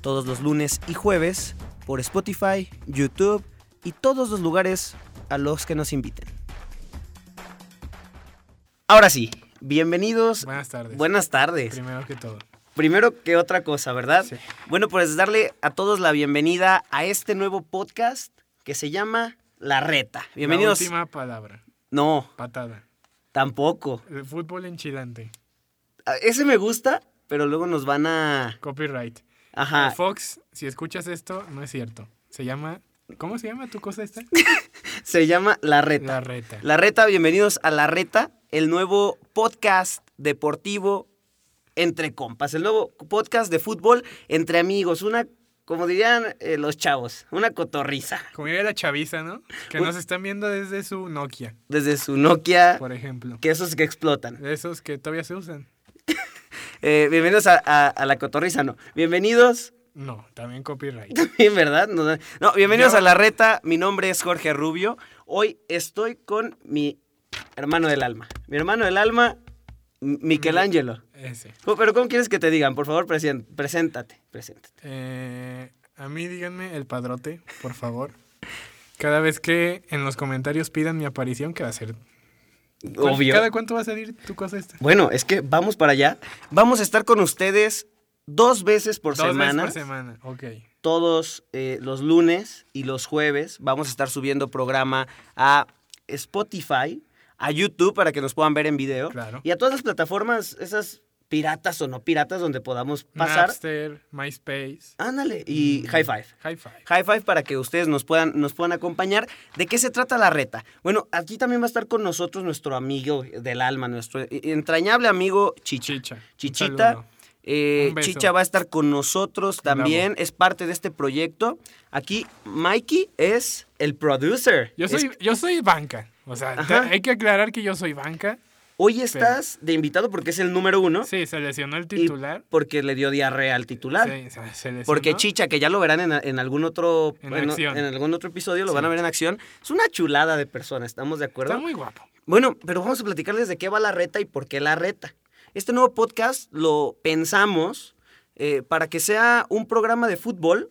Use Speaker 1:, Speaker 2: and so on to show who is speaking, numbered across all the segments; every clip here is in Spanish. Speaker 1: todos los lunes y jueves por Spotify, YouTube y todos los lugares a los que nos inviten. Ahora sí, bienvenidos.
Speaker 2: Buenas tardes.
Speaker 1: Buenas tardes.
Speaker 2: Primero que todo.
Speaker 1: Primero que otra cosa, ¿verdad?
Speaker 2: Sí.
Speaker 1: Bueno, pues darle a todos la bienvenida a este nuevo podcast que se llama La Reta. Bienvenidos.
Speaker 2: La última palabra.
Speaker 1: No,
Speaker 2: Patada.
Speaker 1: tampoco.
Speaker 2: El fútbol enchilante.
Speaker 1: Ah, Ese me gusta, pero luego nos van a...
Speaker 2: Copyright.
Speaker 1: Ajá.
Speaker 2: Fox, si escuchas esto, no es cierto. Se llama. ¿Cómo se llama tu cosa esta?
Speaker 1: Se llama La Reta.
Speaker 2: La reta.
Speaker 1: La Reta, bienvenidos a La Reta, el nuevo podcast deportivo entre compas, el nuevo podcast de fútbol entre amigos, una, como dirían eh, los chavos, una cotorriza.
Speaker 2: Como diría la chaviza, ¿no? Que
Speaker 1: Uy.
Speaker 2: nos están viendo desde su Nokia,
Speaker 1: Desde su Nokia,
Speaker 2: por ejemplo.
Speaker 1: que esos que explotan.
Speaker 2: De esos que todavía se usan.
Speaker 1: Eh, bienvenidos a, a- a la cotorriza, no. Bienvenidos,
Speaker 2: No, también copyright.
Speaker 1: en verdad, no, no, no, bienvenidos
Speaker 2: Ya.
Speaker 1: a La Reta, mi nombre es Jorge Rubio, hoy estoy con mi hermano del alma, mi hermano del alma, M- Michelangelo.
Speaker 2: Ese.
Speaker 1: Co- Pero ¿cómo quieres que te digan? Por favor, presen- preséntate, preséntate.
Speaker 2: Eh, a mí díganme el padrote, por favor. Cada vez que en los comentarios pidan mi aparición, que va a ser? ¿Cu-
Speaker 1: Obvio.
Speaker 2: ¿Cada cuánto va a salir tu cosa esta?
Speaker 1: Bueno, es que vamos para allá. Vamos a estar con ustedes dos veces por
Speaker 2: Dos veces
Speaker 1: semana.
Speaker 2: por semana, ok.
Speaker 1: Todos eh, los lunes y los jueves vamos a estar subiendo programa a Spotify, a YouTube para que nos puedan ver en video.
Speaker 2: Claro.
Speaker 1: Y a todas las plataformas, esas piratas o no piratas, donde podamos pasar.
Speaker 2: Napster, MySpace.
Speaker 1: Ándale. Y
Speaker 2: Mm,
Speaker 1: High Five.
Speaker 2: High Five.
Speaker 1: High Five para que ustedes nos puedan, nos puedan acompañar. ¿De qué se trata la reta? Bueno, aquí también va a estar con nosotros nuestro amigo del alma, nuestro eh, entrañable amigo Chicha.
Speaker 2: Chicha. un
Speaker 1: Chichita,
Speaker 2: saludo.
Speaker 1: Eh,
Speaker 2: Un beso.
Speaker 1: Chicha va a estar con nosotros también, es parte de este proyecto. Aquí Mikey es el producer.
Speaker 2: Yo soy,
Speaker 1: Es-
Speaker 2: yo soy banca. O sea, te-
Speaker 1: Ajá.
Speaker 2: hay que aclarar que yo soy banca.
Speaker 1: hoy estás de invitado porque es el número uno
Speaker 2: Sí, se lesionó el
Speaker 1: y
Speaker 2: titular.
Speaker 1: porque le dio diarrea al titular.
Speaker 2: Sí, se, se lesionó.
Speaker 1: Porque Chicha, que ya lo verán en, en algún otro
Speaker 2: En
Speaker 1: en,
Speaker 2: acción.
Speaker 1: en algún otro episodio, lo
Speaker 2: Sí.
Speaker 1: van a ver en acción. Es una chulada de persona, ¿estamos de acuerdo?
Speaker 2: Está muy guapo.
Speaker 1: Bueno, pero vamos a platicarles de qué va la reta y por qué la reta. Este nuevo podcast lo pensamos eh, para que sea un programa de fútbol,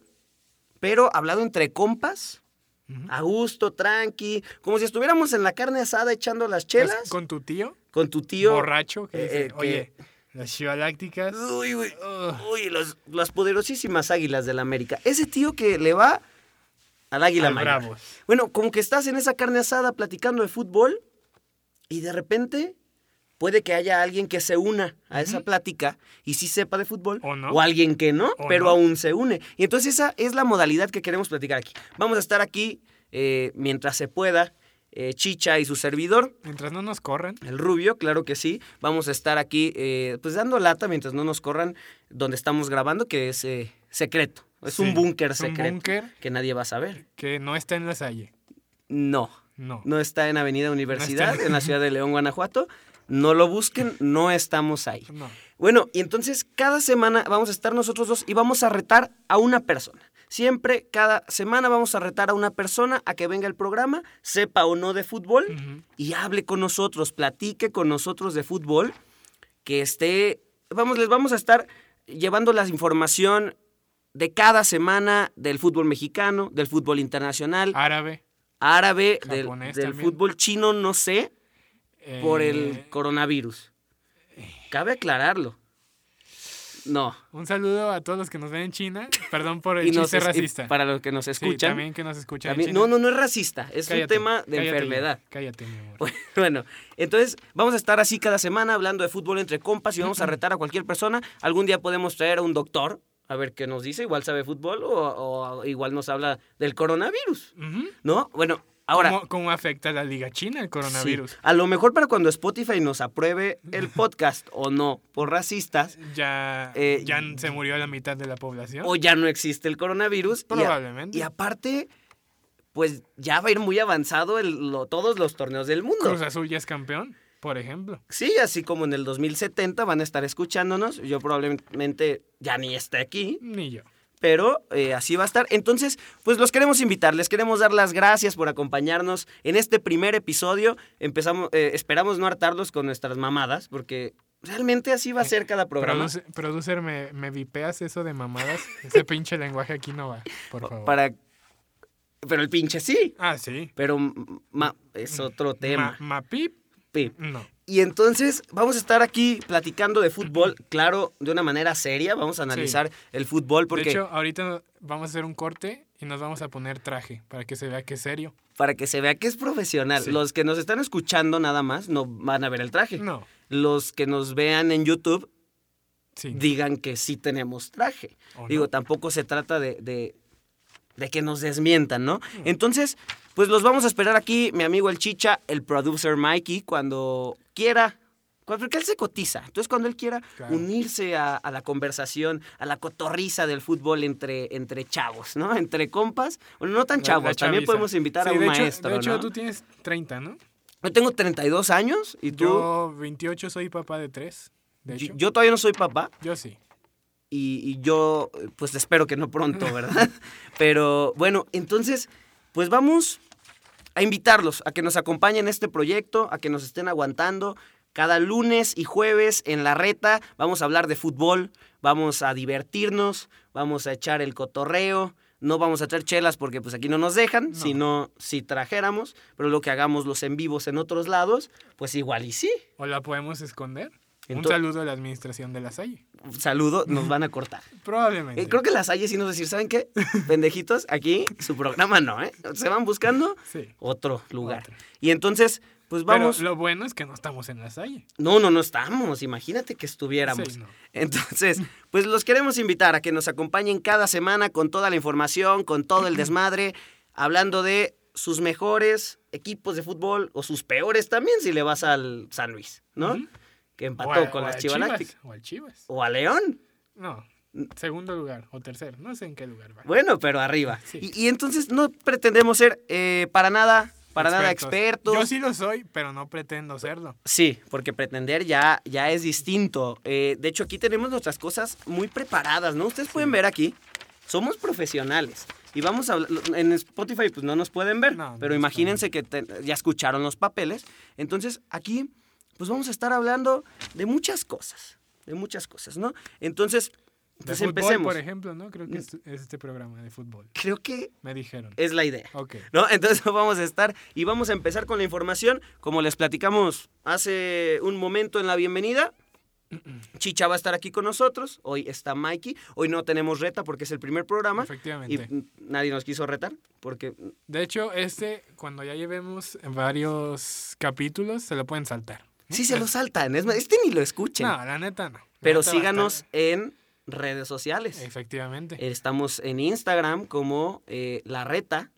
Speaker 1: pero hablado entre compas,
Speaker 2: Ujú.
Speaker 1: a gusto, tranqui, como si estuviéramos en la carne asada echando las
Speaker 2: Pues,
Speaker 1: chelas con,
Speaker 2: Con tu tío,
Speaker 1: tu tío.
Speaker 2: borracho, que
Speaker 1: eh,
Speaker 2: dice,
Speaker 1: eh, que-
Speaker 2: oye, las chivalácticas.
Speaker 1: Uy, uy,
Speaker 2: Ugh.
Speaker 1: uy, los- las poderosísimas águilas del América. Ese tío que le va al águila
Speaker 2: Al
Speaker 1: mayor.
Speaker 2: Bravos.
Speaker 1: Bueno, como que estás en esa carne asada platicando de fútbol y de repente puede que haya alguien que se una a esa plática y sí sepa de fútbol
Speaker 2: O no.
Speaker 1: alguien que no,
Speaker 2: O
Speaker 1: pero
Speaker 2: no.
Speaker 1: aún se une. Y entonces esa es la modalidad que queremos platicar aquí. Vamos a estar aquí eh, mientras se pueda, eh, Chicha y su servidor.
Speaker 2: Mientras no nos corran.
Speaker 1: El rubio, claro que sí. Vamos a estar aquí, eh, pues dando lata mientras no nos corran donde estamos grabando, que es eh, secreto. Es
Speaker 2: Sí,
Speaker 1: un búnker
Speaker 2: es un
Speaker 1: secreto
Speaker 2: búnker.
Speaker 1: que nadie va a saber.
Speaker 2: que no está en la salle.
Speaker 1: No.
Speaker 2: No.
Speaker 1: No está en Avenida Universidad,
Speaker 2: está en-
Speaker 1: en la ciudad de León, Guanajuato. No lo busquen, no estamos ahí.
Speaker 2: No.
Speaker 1: Bueno, y entonces cada semana vamos a estar nosotros dos y vamos a retar a una persona. Siempre, cada semana vamos a retar a una persona a que venga el programa, sepa o no de fútbol
Speaker 2: Ujú.
Speaker 1: y hable con nosotros, platique con nosotros de fútbol, que esté, vamos, les vamos a estar llevando la información de cada semana del fútbol mexicano, del fútbol internacional,
Speaker 2: Árabe.
Speaker 1: árabe, del,
Speaker 2: Japonés
Speaker 1: del
Speaker 2: también.
Speaker 1: fútbol chino, no sé,
Speaker 2: eh,
Speaker 1: por el coronavirus. Cabe aclararlo. No.
Speaker 2: Un saludo a todos los que nos ven en China. Perdón por el
Speaker 1: Y nos
Speaker 2: chiste
Speaker 1: es- y
Speaker 2: racista.
Speaker 1: para los que nos
Speaker 2: Sí,
Speaker 1: escuchan.
Speaker 2: también que nos escuchan. en
Speaker 1: también-
Speaker 2: China.
Speaker 1: no, no, no es racista, es un
Speaker 2: Cállate,
Speaker 1: tema de
Speaker 2: cállate ya,
Speaker 1: enfermedad.
Speaker 2: cállate, mi amor.
Speaker 1: Bueno, entonces vamos a estar así cada semana hablando de fútbol entre compas y vamos a retar a cualquier persona. Algún día podemos traer a un doctor a ver qué nos dice, igual sabe fútbol o, o igual nos habla del coronavirus,
Speaker 2: Ujú.
Speaker 1: ¿no? Bueno, Ahora,
Speaker 2: ¿Cómo, cómo afecta a la liga china el coronavirus?
Speaker 1: sí, a lo mejor para cuando Spotify nos apruebe el podcast o no por racistas,
Speaker 2: Ya,
Speaker 1: Eh,
Speaker 2: ya se murió la mitad de la población.
Speaker 1: o ya no existe el coronavirus. y a-
Speaker 2: Probablemente.
Speaker 1: Y, aparte, pues ya va a ir muy avanzado el- lo- todos los torneos del mundo.
Speaker 2: Cruz Azul ya es campeón, por ejemplo.
Speaker 1: Sí, así como en el 2070 van a estar escuchándonos. Yo probablemente ya ni esté aquí,
Speaker 2: Ni yo.
Speaker 1: pero eh, así va a estar. Entonces, pues los queremos invitar, les queremos dar las gracias por acompañarnos en este primer episodio. Empezamos, eh, esperamos no hartarlos con nuestras mamadas, porque realmente así va a ser cada programa.
Speaker 2: Produce- producer, ¿me, ¿me vipeas eso de mamadas? Ese pinche lenguaje aquí no va, por favor.
Speaker 1: Para... Pero el pinche sí.
Speaker 2: Ah, sí.
Speaker 1: Pero mm, ma- es otro tema.
Speaker 2: Ma- ¿Mapip?
Speaker 1: Pi.
Speaker 2: No.
Speaker 1: Y entonces vamos a estar aquí platicando de fútbol, claro, de una manera seria. Vamos a analizar el fútbol porque
Speaker 2: De hecho, ahorita vamos a hacer un corte y nos vamos a poner traje para que se vea que es serio.
Speaker 1: para que se vea que es profesional.
Speaker 2: Sí.
Speaker 1: Los que nos están escuchando nada más no van a ver el traje.
Speaker 2: No.
Speaker 1: Los que nos vean en YouTube
Speaker 2: Sí.
Speaker 1: digan que sí tenemos traje.
Speaker 2: ¿O no?
Speaker 1: Digo, tampoco se trata de, de, de que nos desmientan, ¿no?
Speaker 2: Mm.
Speaker 1: Entonces, pues los vamos a esperar aquí, mi amigo el Chicha, el producer Mikey, cuando quiera. cu- Porque él se cotiza. Entonces, cuando él quiera
Speaker 2: Claro.
Speaker 1: unirse a, a la conversación, a la cotorriza del fútbol entre, entre chavos, ¿no? Entre compas. Bueno, no tan
Speaker 2: La-
Speaker 1: chavos.
Speaker 2: la
Speaker 1: También
Speaker 2: chaviza.
Speaker 1: podemos invitar
Speaker 2: Sí,
Speaker 1: a un
Speaker 2: de hecho-
Speaker 1: maestro,
Speaker 2: de hecho,
Speaker 1: ¿no?
Speaker 2: tú tienes 30, ¿no?
Speaker 1: Yo tengo 32 años y tú.
Speaker 2: Yo, 28, soy papá de 3. De hecho,
Speaker 1: yo,
Speaker 2: yo,
Speaker 1: yo todavía no soy papá.
Speaker 2: sí.
Speaker 1: y, y yo, eh, pues espero que no pronto, ¿verdad? Pero bueno, entonces, pues vamos a invitarlos a que nos acompañen en este proyecto, a que nos estén aguantando. Cada lunes y jueves en la reta vamos a hablar de fútbol, vamos a divertirnos, vamos a echar el cotorreo. No vamos a echar chelas porque pues aquí no nos dejan,
Speaker 2: No.
Speaker 1: sino si trajéramos, pero lo que hagamos los en vivos en otros lados, pues igual y sí.
Speaker 2: ¿O la podemos esconder? un
Speaker 1: Ento-
Speaker 2: saludo a la administración de la Salle.
Speaker 1: Saludo, nos van a cortar.
Speaker 2: Probablemente.
Speaker 1: Eh, creo que las hay sí nos decir, ¿saben qué? Pendejitos, aquí su programa no, ¿eh? Se van buscando
Speaker 2: Sí.
Speaker 1: otro lugar.
Speaker 2: Otro.
Speaker 1: Y entonces, pues vamos.
Speaker 2: Pero lo bueno es que no estamos en la Salle.
Speaker 1: No, no, no estamos. Imagínate que estuviéramos.
Speaker 2: Sí, no.
Speaker 1: Entonces, pues los queremos invitar a que nos acompañen cada semana con toda la información, con todo el desmadre, hablando de sus mejores equipos de fútbol o sus peores también si le vas al San Luis, ¿no?
Speaker 2: Ujú.
Speaker 1: Que
Speaker 2: O
Speaker 1: empató
Speaker 2: a-
Speaker 1: con
Speaker 2: o
Speaker 1: las
Speaker 2: a
Speaker 1: Chivas Lácteas.
Speaker 2: O al Chivas.
Speaker 1: O a León.
Speaker 2: No. Segundo lugar o tercer. No sé en qué lugar va.
Speaker 1: Mm. Bueno, pero arriba.
Speaker 2: Sí.
Speaker 1: Y, y entonces no pretendemos ser eh, para nada, para nada expertos.
Speaker 2: Yo sí lo soy, pero no pretendo serlo.
Speaker 1: Sí, porque pretender ya, ya es distinto. Eh, de hecho, aquí tenemos nuestras cosas muy preparadas, ¿no? Ustedes pueden ver aquí, somos profesionales. Y vamos a hablar, en Spotify pues no nos pueden ver,
Speaker 2: No, no
Speaker 1: pero
Speaker 2: nos
Speaker 1: imagínense que te- ya escucharon los papeles. Entonces, aquí pues vamos a estar hablando de muchas cosas, de muchas cosas, ¿no? Entonces,
Speaker 2: De
Speaker 1: pues
Speaker 2: fútbol,
Speaker 1: empecemos. Mm.
Speaker 2: por ejemplo, ¿no? Creo que es, es este programa de fútbol.
Speaker 1: Creo que
Speaker 2: Me dijeron.
Speaker 1: es la idea.
Speaker 2: Ok.
Speaker 1: ¿no? Entonces vamos a estar y vamos a empezar con la información, como les platicamos hace un momento en la bienvenida. Chicha va a estar aquí con nosotros, hoy está Mikey, hoy no tenemos reta porque es el primer programa y
Speaker 2: Efectivamente.
Speaker 1: mm, nadie nos quiso retar porque mm,
Speaker 2: De hecho, este, cuando ya llevemos varios capítulos, se lo pueden saltar. ¿no?
Speaker 1: sí se lo saltan, es más, este ni lo escuchen,
Speaker 2: No, la neta no. La
Speaker 1: pero
Speaker 2: neta Este. va a
Speaker 1: síganos Eh,
Speaker 2: estar-
Speaker 1: en redes sociales.
Speaker 2: Efectivamente.
Speaker 1: Estamos en Instagram como eh, la reta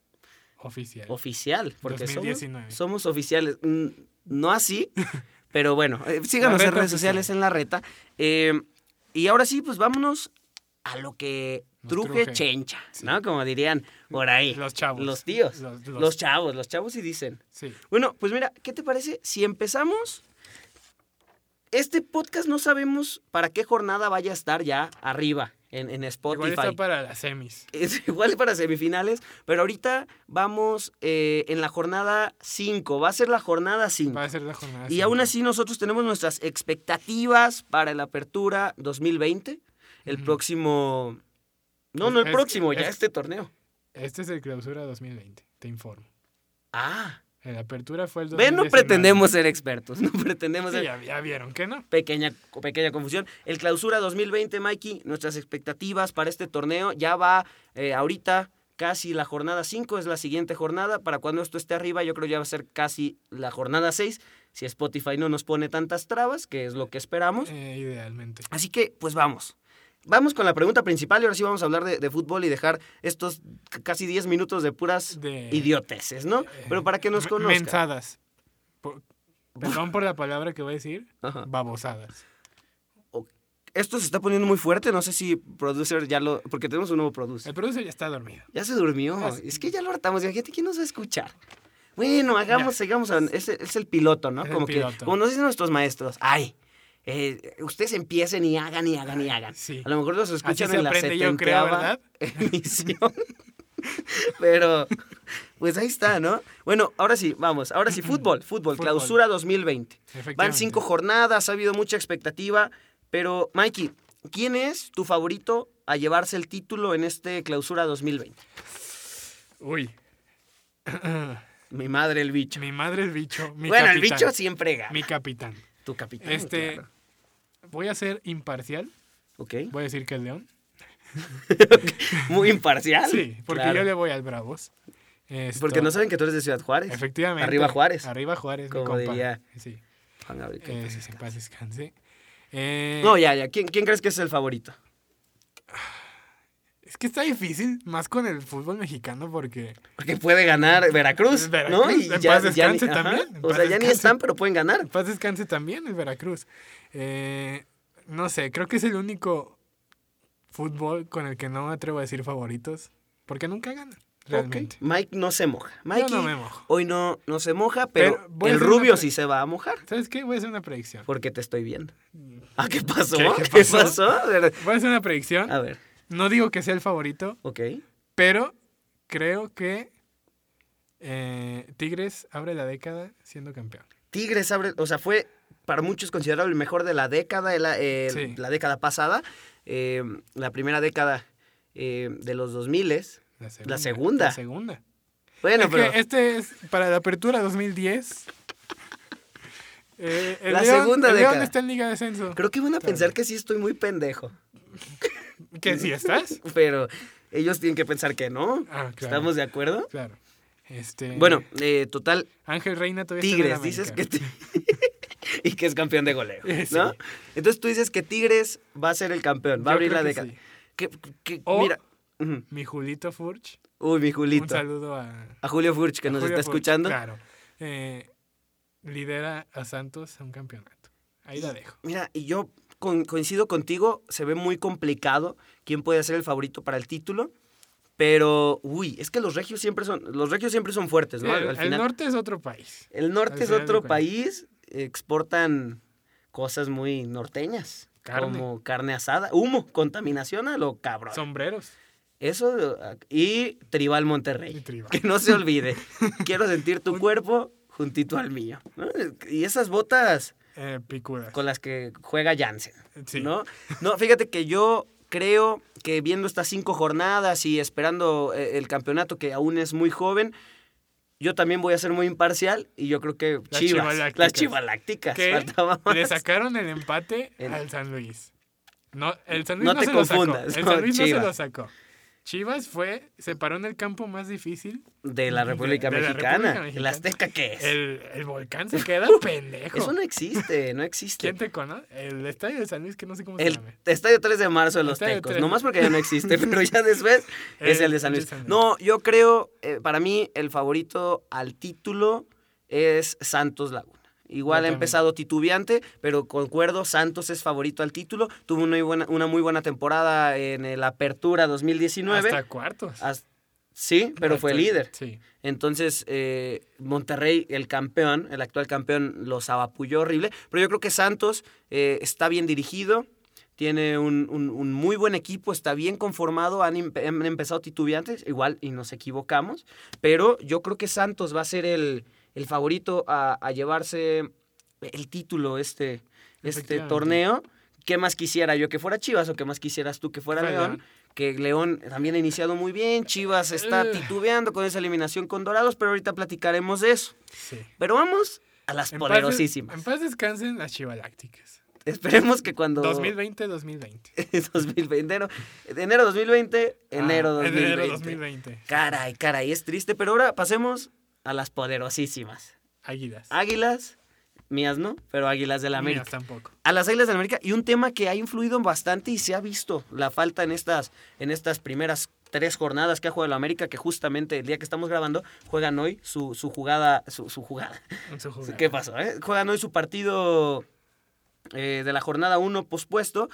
Speaker 2: oficial.
Speaker 1: oficial, porque somos-
Speaker 2: 2019.
Speaker 1: Somos, oficiales. Mm, No así, pero bueno, eh, síganos
Speaker 2: La
Speaker 1: en
Speaker 2: reta
Speaker 1: redes sociales
Speaker 2: oficial.
Speaker 1: en la reta. Eh, y ahora sí, pues vámonos a lo que
Speaker 2: Nos
Speaker 1: truje,
Speaker 2: truje.
Speaker 1: chencha,
Speaker 2: Sí.
Speaker 1: ¿no? Como dirían por ahí.
Speaker 2: Los chavos.
Speaker 1: Los tíos. Los,
Speaker 2: Los- los-
Speaker 1: chavos, los chavos sí dicen.
Speaker 2: sí.
Speaker 1: Bueno, pues mira, ¿qué te parece si empezamos? Este podcast no sabemos para qué jornada vaya a estar ya arriba en, en Spotify.
Speaker 2: Igual está para las semis.
Speaker 1: Es igual para semifinales, pero ahorita vamos eh, en la jornada 5. Va a ser la jornada 5.
Speaker 2: Va a ser la jornada.
Speaker 1: Y
Speaker 2: cinco.
Speaker 1: aún así nosotros tenemos nuestras expectativas para la apertura 2020. El
Speaker 2: Ujú.
Speaker 1: próximo... No, no el
Speaker 2: Es-
Speaker 1: próximo, ya
Speaker 2: es-
Speaker 1: este torneo.
Speaker 2: Este es el clausura 2020, te informo.
Speaker 1: Ah,
Speaker 2: El apertura fue el
Speaker 1: ven, no
Speaker 2: 2019.
Speaker 1: pretendemos ser expertos, no pretendemos
Speaker 2: Sí,
Speaker 1: ser...
Speaker 2: ya, ya vieron que no.
Speaker 1: Pequeña, pequeña confusión. El clausura 2020, Mikey, nuestras expectativas para este torneo ya va eh, ahorita casi la jornada 5, es la siguiente jornada. Para cuando esto esté arriba, yo creo ya va a ser casi la jornada 6, si Spotify no nos pone tantas trabas, que es lo que esperamos.
Speaker 2: Eh, idealmente.
Speaker 1: Así que, pues vamos. Vamos con la pregunta principal y ahora sí vamos a hablar de, de fútbol y dejar estos c- casi 10 minutos de puras
Speaker 2: De-
Speaker 1: idioteces, ¿no? Pero para que nos
Speaker 2: Me-
Speaker 1: conozcan.
Speaker 2: Mensadas. Por- perdón por la palabra que voy a decir.
Speaker 1: Ajá.
Speaker 2: Babosadas.
Speaker 1: Esto se está poniendo muy fuerte, no sé si producer ya lo... Porque tenemos un nuevo producer.
Speaker 2: El producer ya está dormido.
Speaker 1: Ya se durmió,
Speaker 2: Ah, sí.
Speaker 1: es que ya lo hartamos. Imagínate, ¿quién nos va a escuchar? Bueno, hagamos, sigamos, a- es, es el piloto, ¿no?
Speaker 2: Es el
Speaker 1: Como, que,
Speaker 2: piloto.
Speaker 1: como nos dicen nuestros maestros, ay, eh, ustedes empiecen y hagan y hagan y hagan.
Speaker 2: Ah, Sí.
Speaker 1: A lo mejor los
Speaker 2: Así
Speaker 1: escuchan
Speaker 2: se
Speaker 1: en la
Speaker 2: aprende, yo creo,
Speaker 1: setenteava
Speaker 2: ¿verdad?
Speaker 1: emisión. Pero, pues ahí está, ¿no? Bueno, ahora sí, vamos. Ahora sí, fútbol, fútbol,
Speaker 2: Fútbol.
Speaker 1: clausura 2020. Van
Speaker 2: Efectivamente.
Speaker 1: cinco jornadas, ha habido mucha expectativa. Pero, Mikey, ¿quién es tu favorito a llevarse el título en este clausura 2020?
Speaker 2: Uy.
Speaker 1: Mi madre, el bicho.
Speaker 2: Mi madre es bicho. Mi
Speaker 1: bueno, el
Speaker 2: capitán.
Speaker 1: bicho siempre gana.
Speaker 2: Mi capitán.
Speaker 1: Tu capitán.
Speaker 2: Este.
Speaker 1: claro.
Speaker 2: Voy a ser imparcial.
Speaker 1: Ok.
Speaker 2: Voy a decir que el León.
Speaker 1: Muy imparcial.
Speaker 2: Sí, porque
Speaker 1: Claro.
Speaker 2: yo le voy al Bravos. Esto-
Speaker 1: Porque no saben que tú eres de Ciudad Juárez.
Speaker 2: Efectivamente.
Speaker 1: Arriba Juárez.
Speaker 2: Arriba Juárez, mi
Speaker 1: Como
Speaker 2: compa.
Speaker 1: diría-
Speaker 2: Sí.
Speaker 1: Juan Gabriel, que en
Speaker 2: Eh,
Speaker 1: paz
Speaker 2: en
Speaker 1: descanse.
Speaker 2: paz descanse. Eh,
Speaker 1: No, ya, ya. ¿Quién, ¿Quién crees que es el favorito?
Speaker 2: Es que está difícil, más con el fútbol mexicano, porque.
Speaker 1: Porque puede ganar Veracruz,
Speaker 2: Veracruz,
Speaker 1: ¿no?
Speaker 2: en
Speaker 1: ya,
Speaker 2: paz
Speaker 1: ya
Speaker 2: descanse
Speaker 1: ni- ajá,
Speaker 2: también, en
Speaker 1: O
Speaker 2: paz
Speaker 1: sea, ya ni
Speaker 2: descanse.
Speaker 1: están, pero pueden ganar.
Speaker 2: En paz descanse también el Veracruz. Eh, no sé, creo que es el único fútbol con el que no me atrevo a decir favoritos, porque nunca gana, realmente.
Speaker 1: Ok. Mike no se moja. Mikey
Speaker 2: Yo no me mojo.
Speaker 1: hoy no, no se moja, pero,
Speaker 2: Pero voy a
Speaker 1: el
Speaker 2: hacer una
Speaker 1: rubio
Speaker 2: pre-
Speaker 1: sí se va a mojar.
Speaker 2: ¿Sabes qué? Voy a hacer una predicción.
Speaker 1: Porque te estoy viendo. Ah, ¿qué pasó?
Speaker 2: Mm.
Speaker 1: ¿Qué,
Speaker 2: ¿Qué- qué
Speaker 1: pasó?
Speaker 2: pasó?
Speaker 1: A ver,
Speaker 2: Voy a hacer una predicción.
Speaker 1: a ver,
Speaker 2: No digo que sea el favorito,
Speaker 1: ok.
Speaker 2: pero creo que eh, Tigres abre la década siendo campeón.
Speaker 1: Tigres abre, o sea, fue para muchos considerado el mejor de la década, el- el-
Speaker 2: Sí.
Speaker 1: la década pasada, eh, la primera década eh, de los 2000.
Speaker 2: La segunda.
Speaker 1: La segunda.
Speaker 2: La segunda.
Speaker 1: Bueno,
Speaker 2: Es que
Speaker 1: pero...
Speaker 2: este es para la apertura 2010. Eh, el
Speaker 1: La
Speaker 2: León-
Speaker 1: segunda
Speaker 2: el
Speaker 1: década.
Speaker 2: León está en Liga de Ascenso.
Speaker 1: Creo que van a
Speaker 2: Está bien.
Speaker 1: pensar que sí estoy muy pendejo,
Speaker 2: ¿Que sí estás?
Speaker 1: pero ellos tienen que pensar que no.
Speaker 2: Ah, claro.
Speaker 1: ¿Estamos de acuerdo?
Speaker 2: Claro. Este,
Speaker 1: Bueno, eh, total,
Speaker 2: Ángel Reina todavía
Speaker 1: Tigres,
Speaker 2: está en el
Speaker 1: dices que...
Speaker 2: América. Eh,
Speaker 1: ti- y que es campeón de goleo,
Speaker 2: Sí.
Speaker 1: ¿no? Entonces tú dices que Tigres va a ser el campeón, va a
Speaker 2: Yo
Speaker 1: abrir la
Speaker 2: creo que
Speaker 1: década.
Speaker 2: sí.
Speaker 1: Que- que-
Speaker 2: O-
Speaker 1: Mira, ujú.
Speaker 2: Mi Julito Furch.
Speaker 1: uy, mi
Speaker 2: Un
Speaker 1: Julito,
Speaker 2: saludo a.
Speaker 1: a Julio Furch que
Speaker 2: a
Speaker 1: nos
Speaker 2: Julio
Speaker 1: está
Speaker 2: Furch,
Speaker 1: escuchando.
Speaker 2: Claro. Eh, lidera a Santos a un campeonato. Ahí la dejo.
Speaker 1: Mira, y yo con- coincido contigo, se ve muy complicado quién puede ser el favorito para el título, pero uy, es que los regios siempre son los regios siempre son fuertes, Pues ¿no? Al-
Speaker 2: Eh, el,
Speaker 1: al
Speaker 2: el
Speaker 1: final-
Speaker 2: norte es otro país.
Speaker 1: El
Speaker 2: Al
Speaker 1: norte es
Speaker 2: final de
Speaker 1: otro
Speaker 2: cuentas.
Speaker 1: país, exportan cosas muy norteñas,
Speaker 2: Carne.
Speaker 1: como carne asada, humo, contaminación a lo cabrón.
Speaker 2: Sombreros.
Speaker 1: Eso eh, y Tribal
Speaker 2: Y
Speaker 1: Monterrey.
Speaker 2: tribal.
Speaker 1: Que no se olvide. Quiero sentir tu cuerpo juntito al mío. ¿no? Y esas botas
Speaker 2: Eh, picudas.
Speaker 1: con las que juega Jansen.
Speaker 2: Sí.
Speaker 1: ¿no? No, fíjate que yo creo que viendo estas cinco jornadas y esperando eh, el campeonato que aún es muy joven, yo también voy a ser muy imparcial y yo creo que
Speaker 2: Las
Speaker 1: Chivas,
Speaker 2: Chivalácticas.
Speaker 1: las Chivalácticas,
Speaker 2: que
Speaker 1: faltaba más.
Speaker 2: le sacaron el empate
Speaker 1: El-
Speaker 2: al San Luis. No, el San Luis
Speaker 1: No
Speaker 2: no,
Speaker 1: te
Speaker 2: se lo
Speaker 1: confundas,
Speaker 2: sacó. El
Speaker 1: no,
Speaker 2: San Luis no
Speaker 1: Chivas.
Speaker 2: se lo sacó. Chivas fue, se paró en el campo más difícil.
Speaker 1: de la República
Speaker 2: de la
Speaker 1: Mexicana.
Speaker 2: República Mexicana.
Speaker 1: ¿El Azteca qué es?
Speaker 2: El, el volcán se queda pendejo.
Speaker 1: Eso no existe, no existe.
Speaker 2: ¿Quién te conoce? El estadio de San Luis, que no sé cómo
Speaker 1: El
Speaker 2: se llama.
Speaker 1: Estadio 3 de marzo de los
Speaker 2: Estadio
Speaker 1: Tecos.
Speaker 2: 3.
Speaker 1: Nomás porque ya no existe, pero ya después es
Speaker 2: Eh,
Speaker 1: el de San
Speaker 2: el de
Speaker 1: Luis.
Speaker 2: San Luis.
Speaker 1: No, yo creo, eh, para mí, el favorito al título es Santos Laguna. Igual
Speaker 2: Yo
Speaker 1: ha
Speaker 2: también.
Speaker 1: empezado titubeante, pero concuerdo, Santos es favorito al título. Tuvo una muy buena, una muy buena temporada en la Apertura 2019.
Speaker 2: Hasta cuartos.
Speaker 1: As- sí, Ah, pero fue
Speaker 2: Hasta-
Speaker 1: líder.
Speaker 2: Sí.
Speaker 1: Entonces, eh, Monterrey, el campeón, el actual campeón, los abapulló horrible. Pero yo creo que Santos eh, está bien dirigido, tiene un, un- un muy buen equipo, está bien conformado, han, empe- han empezado titubeantes, igual y nos equivocamos. Pero yo creo que Santos va a ser el, el favorito a, a llevarse el título este, este
Speaker 2: Efectivamente.
Speaker 1: torneo. ¿Qué más quisiera yo que fuera Chivas o qué más quisieras tú que fuera
Speaker 2: Fuera
Speaker 1: León?
Speaker 2: León.
Speaker 1: que León también ha iniciado muy bien, Chivas está
Speaker 2: Ugh.
Speaker 1: titubeando con esa eliminación con Dorados, pero ahorita platicaremos de eso.
Speaker 2: sí.
Speaker 1: Pero vamos a las
Speaker 2: En paz des-
Speaker 1: poderosísimas.
Speaker 2: En paz descansen las chivalácticas.
Speaker 1: Esperemos que cuando
Speaker 2: 2020-2020.
Speaker 1: 2020, enero, enero 2020, enero 2020.
Speaker 2: Ah, Enero 2020.
Speaker 1: Caray, caray, es triste, pero ahora pasemos a las poderosísimas.
Speaker 2: Águilas.
Speaker 1: Águilas Mías no, pero Águilas del Ah, América.
Speaker 2: Mías tampoco.
Speaker 1: a las Águilas del América y un tema que ha influido bastante y se ha visto la falta en estas, en estas primeras tres jornadas que ha jugado el América, que justamente el día que estamos grabando juegan hoy su, su jugada, su, su jugada.
Speaker 2: en su jugada.
Speaker 1: ¿Qué pasó? eh? Juegan hoy su partido eh, de la jornada 1 pospuesto.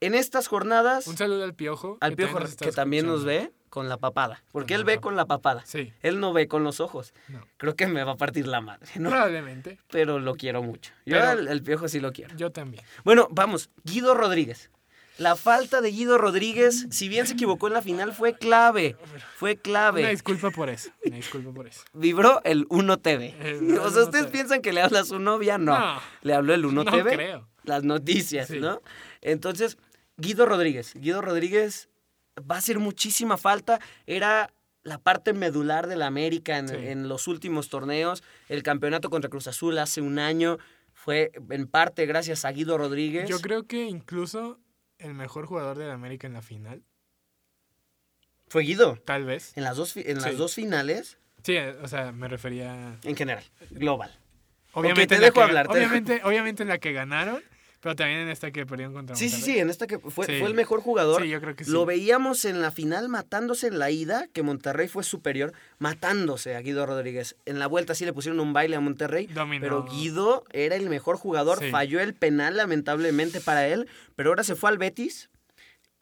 Speaker 1: En estas jornadas,
Speaker 2: Un saludo al piojo.
Speaker 1: al Piojo
Speaker 2: nos está
Speaker 1: que también nos
Speaker 2: escuchando.
Speaker 1: ve con la papada, porque él
Speaker 2: Con la
Speaker 1: ve
Speaker 2: papa-
Speaker 1: con la papada,
Speaker 2: Sí,
Speaker 1: él no ve con los ojos.
Speaker 2: no.
Speaker 1: Creo que me va a partir la madre, ¿no?
Speaker 2: Probablemente.
Speaker 1: Pero lo quiero mucho. Yo
Speaker 2: Pero-
Speaker 1: al, al Piojo sí lo quiero.
Speaker 2: Yo también.
Speaker 1: Bueno, vamos, Guido Rodríguez. La falta de Guido Rodríguez, si bien se equivocó en la final, fue clave. Fue
Speaker 2: Una
Speaker 1: clave.
Speaker 2: disculpa por eso. Una disculpa por eso.
Speaker 1: Vibró el 1TV.
Speaker 2: El
Speaker 1: O sea, ¿ustedes
Speaker 2: 1TV.
Speaker 1: piensan que le habla a su novia? No.
Speaker 2: No.
Speaker 1: Le habló el
Speaker 2: No,
Speaker 1: 1TV.
Speaker 2: creo.
Speaker 1: Las noticias,
Speaker 2: Sí.
Speaker 1: ¿no? Entonces, Guido Rodríguez. Guido Rodríguez va a hacer muchísima falta. Era la parte medular de la América en,
Speaker 2: Sí.
Speaker 1: en los últimos torneos. El campeonato contra Cruz Azul hace un año fue en parte gracias a Guido Rodríguez.
Speaker 2: Yo creo que incluso el mejor jugador de la América en la final,
Speaker 1: Fue Guido.
Speaker 2: tal vez.
Speaker 1: En las dos, fi- en las
Speaker 2: Sí.
Speaker 1: dos finales,
Speaker 2: Sí, o sea, me refería.
Speaker 1: en general, global.
Speaker 2: Obviamente,
Speaker 1: te
Speaker 2: en la
Speaker 1: dejo
Speaker 2: que-
Speaker 1: hablar, te
Speaker 2: obviamente, obviamente en la que ganaron, pero también en esta que perdieron contra
Speaker 1: Sí, sí, sí,
Speaker 2: Monterrey.
Speaker 1: en esta que fue,
Speaker 2: Sí.
Speaker 1: fue el mejor jugador.
Speaker 2: Sí, yo creo que sí.
Speaker 1: Lo veíamos en la final matándose en la ida, que Monterrey fue superior, matándose a Guido Rodríguez. En la vuelta sí le pusieron un baile a Monterrey,
Speaker 2: Dominó.
Speaker 1: pero Guido era el mejor jugador,
Speaker 2: Sí.
Speaker 1: falló el penal lamentablemente para él, pero ahora se fue al Betis,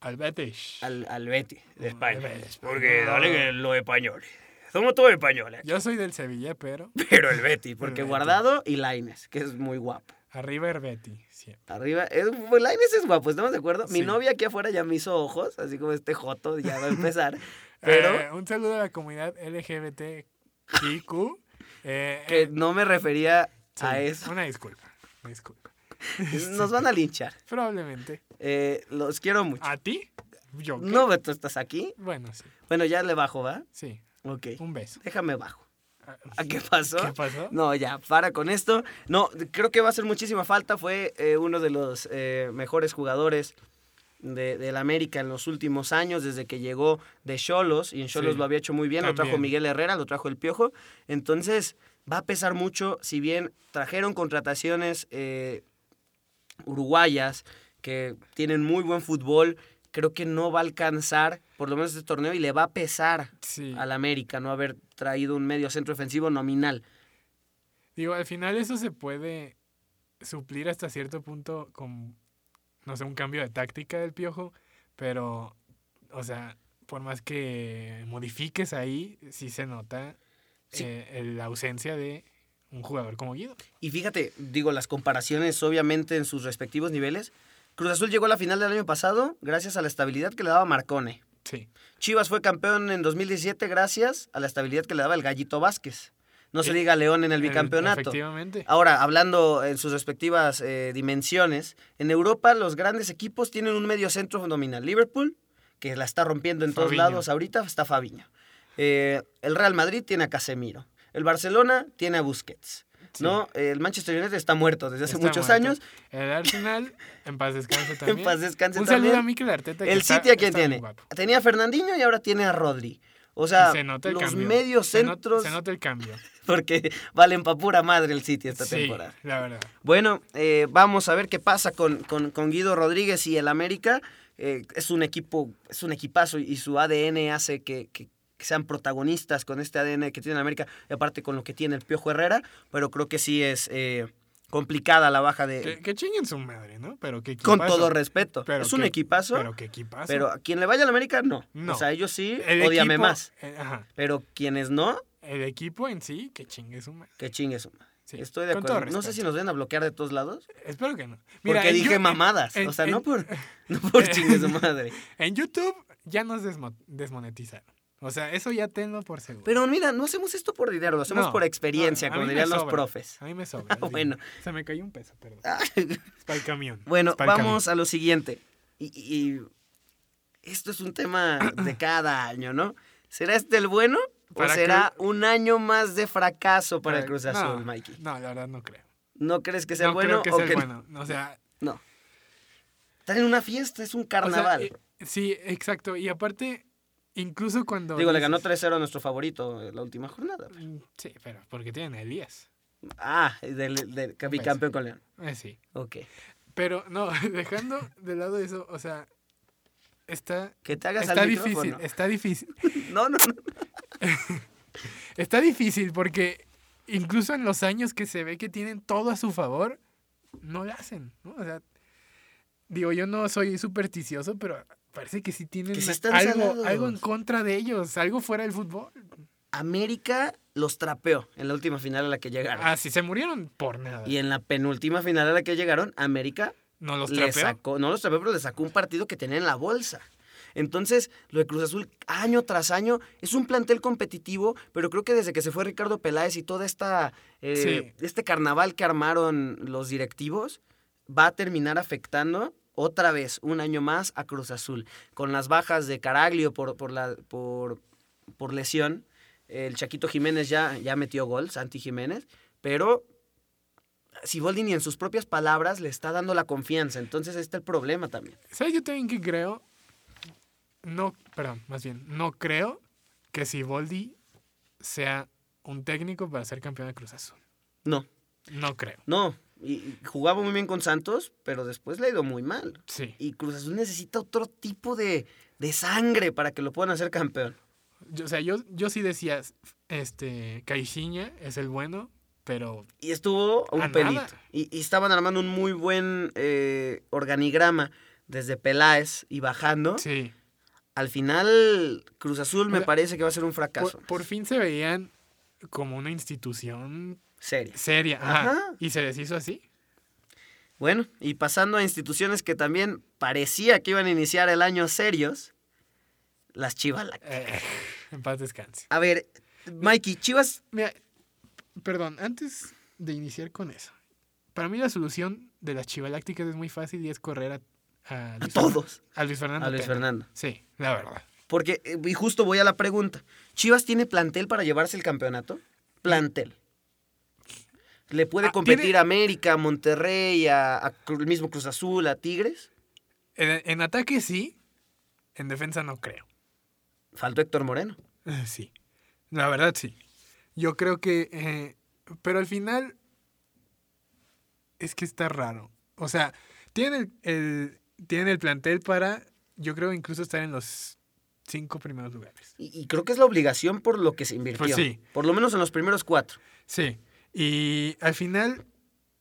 Speaker 2: Al Betis.
Speaker 1: al, al Betis de España.
Speaker 2: Betis. pues,
Speaker 1: Porque dale que los españoles. Somos todos españoles,
Speaker 2: Yo soy del Sevilla, pero
Speaker 1: pero el Betis, porque
Speaker 2: Betis.
Speaker 1: Guardado y Laines, que es muy guapo.
Speaker 2: arriba el Betis. siempre.
Speaker 1: Arriba, es, pues, Lainez es guapo, ¿estamos de acuerdo? Mi
Speaker 2: Sí.
Speaker 1: novia aquí afuera ya me hizo ojos, así como este joto ya va a empezar. pero
Speaker 2: Eh, un saludo a la comunidad LGBTQ. Eh,
Speaker 1: que
Speaker 2: eh,
Speaker 1: no me refería
Speaker 2: sí,
Speaker 1: a eso.
Speaker 2: Una disculpa. Una disculpa.
Speaker 1: Nos van a linchar.
Speaker 2: Probablemente.
Speaker 1: Eh, los quiero mucho.
Speaker 2: ¿A ti? Yo. qué?
Speaker 1: No, tú estás aquí.
Speaker 2: Bueno, sí.
Speaker 1: Bueno, ya le bajo, ¿va?
Speaker 2: Sí.
Speaker 1: Ok.
Speaker 2: Un beso.
Speaker 1: Déjame bajo.
Speaker 2: Ah,
Speaker 1: ¿A qué pasó?
Speaker 2: ¿Qué pasó?
Speaker 1: No, ya, para con esto. No, creo que va a hacer muchísima falta. Fue eh, uno de los eh, mejores jugadores de, del América en los últimos años, desde que llegó de Cholos. Y en Cholos
Speaker 2: Sí,
Speaker 1: lo había hecho muy bien. Lo trajo
Speaker 2: también.
Speaker 1: Miguel Herrera, lo trajo el Piojo. Entonces, va a pesar mucho, si bien trajeron contrataciones eh, uruguayas que tienen muy buen fútbol. Creo que no va a alcanzar, por lo menos este torneo, y le va a pesar
Speaker 2: Sí.
Speaker 1: al América no haber traído un medio centro ofensivo nominal.
Speaker 2: Digo, al final eso se puede suplir hasta cierto punto con, no sé, un cambio de táctica del piojo, pero, o sea, por más que modifiques ahí, sí se nota
Speaker 1: Sí.
Speaker 2: eh, el- la ausencia de un jugador como Guido.
Speaker 1: Y fíjate, digo, las comparaciones obviamente en sus respectivos niveles. Cruz Azul llegó a la final del año pasado gracias a la estabilidad que le daba Marcone.
Speaker 2: Sí,
Speaker 1: Chivas fue campeón en 2017 gracias a la estabilidad que le daba el Gallito Vázquez. No se
Speaker 2: Eh,
Speaker 1: diga León en el
Speaker 2: el-
Speaker 1: bicampeonato. Ah,
Speaker 2: Efectivamente.
Speaker 1: Ahora, hablando en sus respectivas eh, dimensiones, en Europa los grandes equipos tienen un medio centro fundamental. Liverpool, que la está rompiendo en todos
Speaker 2: Fabinho.
Speaker 1: lados ahorita, está Fabiño. Eh, el Real Madrid tiene a Casemiro. El Barcelona tiene a Busquets.
Speaker 2: Sí.
Speaker 1: ¿no? El Manchester United está muerto desde hace
Speaker 2: Está
Speaker 1: muchos
Speaker 2: muerto.
Speaker 1: años.
Speaker 2: El Arsenal, en paz descanse también.
Speaker 1: En paz descanse
Speaker 2: un
Speaker 1: también.
Speaker 2: saludo a Mikel Arteta. que
Speaker 1: El
Speaker 2: está-
Speaker 1: City a quién
Speaker 2: está muy
Speaker 1: tiene.
Speaker 2: guapo.
Speaker 1: Tenía a Fernandinho y ahora tiene a Rodri. O sea,
Speaker 2: se nota el
Speaker 1: los
Speaker 2: cambio.
Speaker 1: medios
Speaker 2: Se no-
Speaker 1: centros,
Speaker 2: Se nota el cambio.
Speaker 1: porque valen pa' pura madre el City esta
Speaker 2: sí,
Speaker 1: temporada.
Speaker 2: la verdad.
Speaker 1: Bueno, eh, vamos a ver qué pasa con, con- con Guido Rodríguez y el América. Eh, es un equipo, es un equipazo y su ADN hace que, que- que sean protagonistas con este ADN que tiene el América, y aparte con lo que tiene el Piojo Herrera, pero creo que sí es eh, complicada la baja de.
Speaker 2: Que, que chinguen su madre, ¿no? Pero que
Speaker 1: con todo respeto. es un equipazo,
Speaker 2: Pero
Speaker 1: pero,
Speaker 2: que equipazo.
Speaker 1: a quien le vaya al América, no.
Speaker 2: No.
Speaker 1: O sea, ellos sí,
Speaker 2: el
Speaker 1: odiame
Speaker 2: equipo-
Speaker 1: más.
Speaker 2: eh, ajá.
Speaker 1: Pero quienes no,
Speaker 2: El equipo en sí, que chingue su madre.
Speaker 1: que chingue su madre.
Speaker 2: Sí,
Speaker 1: Estoy de
Speaker 2: con
Speaker 1: acuerdo.
Speaker 2: todo
Speaker 1: No sé si
Speaker 2: respeto.
Speaker 1: nos ven a bloquear de todos lados.
Speaker 2: Espero que no.
Speaker 1: porque
Speaker 2: en
Speaker 1: dije
Speaker 2: Yu- en-
Speaker 1: mamadas.
Speaker 2: en-
Speaker 1: o sea, no
Speaker 2: en-
Speaker 1: por, no por chingue su madre.
Speaker 2: En YouTube ya nos desmo- desmonetizaron. O sea, eso ya tenlo por seguro.
Speaker 1: Pero mira, no hacemos esto por dinero, lo hacemos
Speaker 2: No,
Speaker 1: por experiencia,
Speaker 2: no, a
Speaker 1: como
Speaker 2: mí me
Speaker 1: dirían los
Speaker 2: sobra.
Speaker 1: profes.
Speaker 2: A mí me sobra.
Speaker 1: Ah, bueno. Ah.
Speaker 2: digo. Se me cayó un peso, perdón. Es para el camión.
Speaker 1: Bueno,
Speaker 2: es para el
Speaker 1: vamos a lo siguiente. Y, y- y esto es un tema de cada año, ¿no? ¿Será este el bueno o
Speaker 2: Para
Speaker 1: será
Speaker 2: Cru-
Speaker 1: un año más de fracaso para el
Speaker 2: Eh,
Speaker 1: Cruz
Speaker 2: no,
Speaker 1: Azul, Mikey?
Speaker 2: No, la verdad no creo.
Speaker 1: ¿No crees que sea
Speaker 2: no
Speaker 1: el bueno
Speaker 2: creo que
Speaker 1: o
Speaker 2: sea el
Speaker 1: que no?
Speaker 2: bueno. O sea,
Speaker 1: no? Están en una fiesta, es un
Speaker 2: o sea,
Speaker 1: carnaval.
Speaker 2: eh, sí, exacto. Y aparte, incluso cuando.
Speaker 1: Digo, le ganó
Speaker 2: dices-
Speaker 1: 3-0 a nuestro favorito en la última jornada.
Speaker 2: Mm, Sí, pero porque tienen a Elías.
Speaker 1: Ah, del, del
Speaker 2: Messi.
Speaker 1: campeón con León.
Speaker 2: Eh, sí.
Speaker 1: Ok.
Speaker 2: Pero no, dejando de lado eso, o sea, está,
Speaker 1: Que te hagas
Speaker 2: está
Speaker 1: al
Speaker 2: difícil, eh.
Speaker 1: micrófono.
Speaker 2: está difícil.
Speaker 1: No, no, no.
Speaker 2: Está difícil porque incluso en los años que se ve que tienen todo a su favor, no lo hacen, ¿no? O sea, digo, yo no soy supersticioso, pero parece que sí tienen
Speaker 1: Que sí están
Speaker 2: algo,
Speaker 1: salados.
Speaker 2: algo en contra de ellos, algo fuera del fútbol.
Speaker 1: América los trapeó en la última final a la que llegaron.
Speaker 2: Ah, sí, se murieron por nada.
Speaker 1: Y en la penúltima final a la que llegaron, América
Speaker 2: No los
Speaker 1: le
Speaker 2: trapeó.
Speaker 1: sacó, no los trapeó, pero le sacó un partido que tenía en la bolsa. Entonces, lo de Cruz Azul, año tras año, es un plantel competitivo, pero creo que desde que se fue Ricardo Peláez y toda esta eh, este carnaval que armaron los directivos, va a terminar afectando otra vez, un año más, a Cruz Azul. Con las bajas de Caraglio por, por, la, por, por lesión, el Chaquito Jiménez ya, ya metió gol, Santi Jiménez, pero Siboldi ni en sus propias palabras le está dando la confianza, entonces ahí está el problema también.
Speaker 2: ¿Sabes? Yo también que creo. No, perdón, más bien, no creo que Siboldi sea un técnico para ser campeón de Cruz Azul.
Speaker 1: No,
Speaker 2: No creo.
Speaker 1: no, y- y jugaba muy bien con Santos, pero después le ha ido muy mal.
Speaker 2: Sí.
Speaker 1: Y Cruz Azul necesita otro tipo de, de sangre para que lo puedan hacer campeón.
Speaker 2: Yo- o sea, yo, yo sí decía, este, Caixinha es el bueno, pero
Speaker 1: Y estuvo a un
Speaker 2: A nada.
Speaker 1: pelito. Y, y estaban armando un muy buen eh, organigrama desde Peláez y bajando.
Speaker 2: sí.
Speaker 1: Al final, Cruz Azul me
Speaker 2: O sea,
Speaker 1: parece que va a ser un fracaso.
Speaker 2: Por, por fin se veían como una institución
Speaker 1: Serio.
Speaker 2: seria. Ajá.
Speaker 1: Ajá.
Speaker 2: Y se deshizo así.
Speaker 1: Bueno, y pasando a instituciones que también parecía que iban a iniciar el año serios, las Chivas. Lácteas.
Speaker 2: Eh, en paz descanse.
Speaker 1: A ver, Mikey, Chivas,
Speaker 2: Mira, perdón, antes de iniciar con eso, para mí la solución de las chivalácticas es muy fácil y es correr a, a
Speaker 1: a
Speaker 2: Luis Fer-
Speaker 1: todos.
Speaker 2: A Luis Fernando.
Speaker 1: A Luis
Speaker 2: Tena.
Speaker 1: Fernando.
Speaker 2: Sí, la verdad.
Speaker 1: Porque, eh, y justo voy a la pregunta. ¿Chivas tiene plantel para llevarse el campeonato? Plantel. ¿Le puede
Speaker 2: Ah,
Speaker 1: competir
Speaker 2: tiene-
Speaker 1: a América, a Monterrey, a, a Cru- el mismo Cruz Azul, a Tigres?
Speaker 2: En, en ataque sí, en defensa no creo.
Speaker 1: Faltó Héctor Moreno.
Speaker 2: Eh, Sí, la verdad sí. Yo creo que... eh, pero al final es que está raro. O sea, tienen el, el- tienen el plantel para, yo creo, incluso estar en los cinco primeros lugares.
Speaker 1: Y, y creo que es la obligación por lo que se invirtió.
Speaker 2: Pues sí.
Speaker 1: Por lo menos en los primeros cuatro.
Speaker 2: Sí, y al final,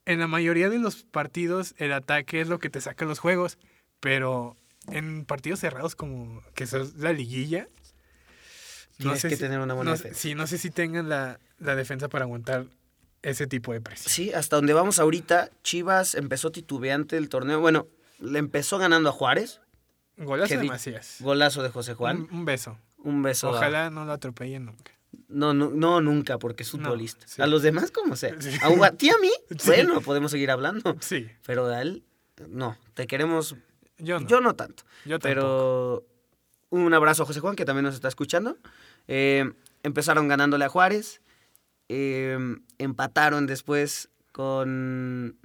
Speaker 2: en la mayoría de los partidos, el ataque es lo que te saca los juegos, pero en partidos cerrados como que es la liguilla,
Speaker 1: Tienes que tener una buena
Speaker 2: no sé-
Speaker 1: defensa.
Speaker 2: Sí, no sé si tengan la, la defensa para aguantar ese tipo de presión.
Speaker 1: Sí, hasta donde vamos ahorita, Chivas empezó titubeante el torneo. Bueno, le empezó ganando a Juárez.
Speaker 2: Golazo
Speaker 1: Que
Speaker 2: de
Speaker 1: di-
Speaker 2: Macías.
Speaker 1: Golazo de José Juan.
Speaker 2: Un, un beso.
Speaker 1: Un beso. a-
Speaker 2: Mm, Ojalá no lo atropellen nunca.
Speaker 1: No, no, no, nunca, porque es futbolista.
Speaker 2: sí.
Speaker 1: A los demás, como sea.
Speaker 2: Sí.
Speaker 1: A, Hugo- a ti, a mí,
Speaker 2: Sí.
Speaker 1: bueno, podemos seguir hablando.
Speaker 2: Sí,
Speaker 1: Pero a él, no. Te queremos,
Speaker 2: yo no.
Speaker 1: yo no tanto.
Speaker 2: yo tampoco.
Speaker 1: Pero un abrazo a José Juan, que también nos está escuchando. Eh, empezaron ganándole a Juárez. eh, empataron después con,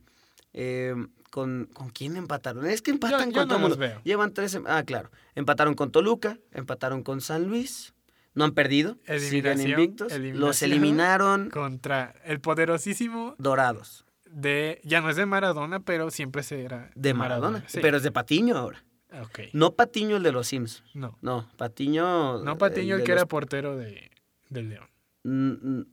Speaker 1: eh, con. ¿Con quién empataron? Es que empatan
Speaker 2: yo
Speaker 1: con
Speaker 2: no
Speaker 1: todo
Speaker 2: los
Speaker 1: mundo.
Speaker 2: veo.
Speaker 1: Llevan tres. em- Ah, claro. Empataron con Toluca, empataron con San Luis. No han perdido. Siguen
Speaker 2: Eliminación,
Speaker 1: invictos. Los
Speaker 2: eliminación.
Speaker 1: eliminaron
Speaker 2: Contra el poderosísimo
Speaker 1: dorados
Speaker 2: de ya no es de Maradona, pero siempre será
Speaker 1: de Maradona.
Speaker 2: sí.
Speaker 1: Pero es de Patiño ahora.
Speaker 2: Ok,
Speaker 1: No Patiño el de los Sims.
Speaker 2: no.
Speaker 1: No, Patiño.
Speaker 2: No Patiño el
Speaker 1: de
Speaker 2: que
Speaker 1: los
Speaker 2: era portero de del León.
Speaker 1: Mm, mm,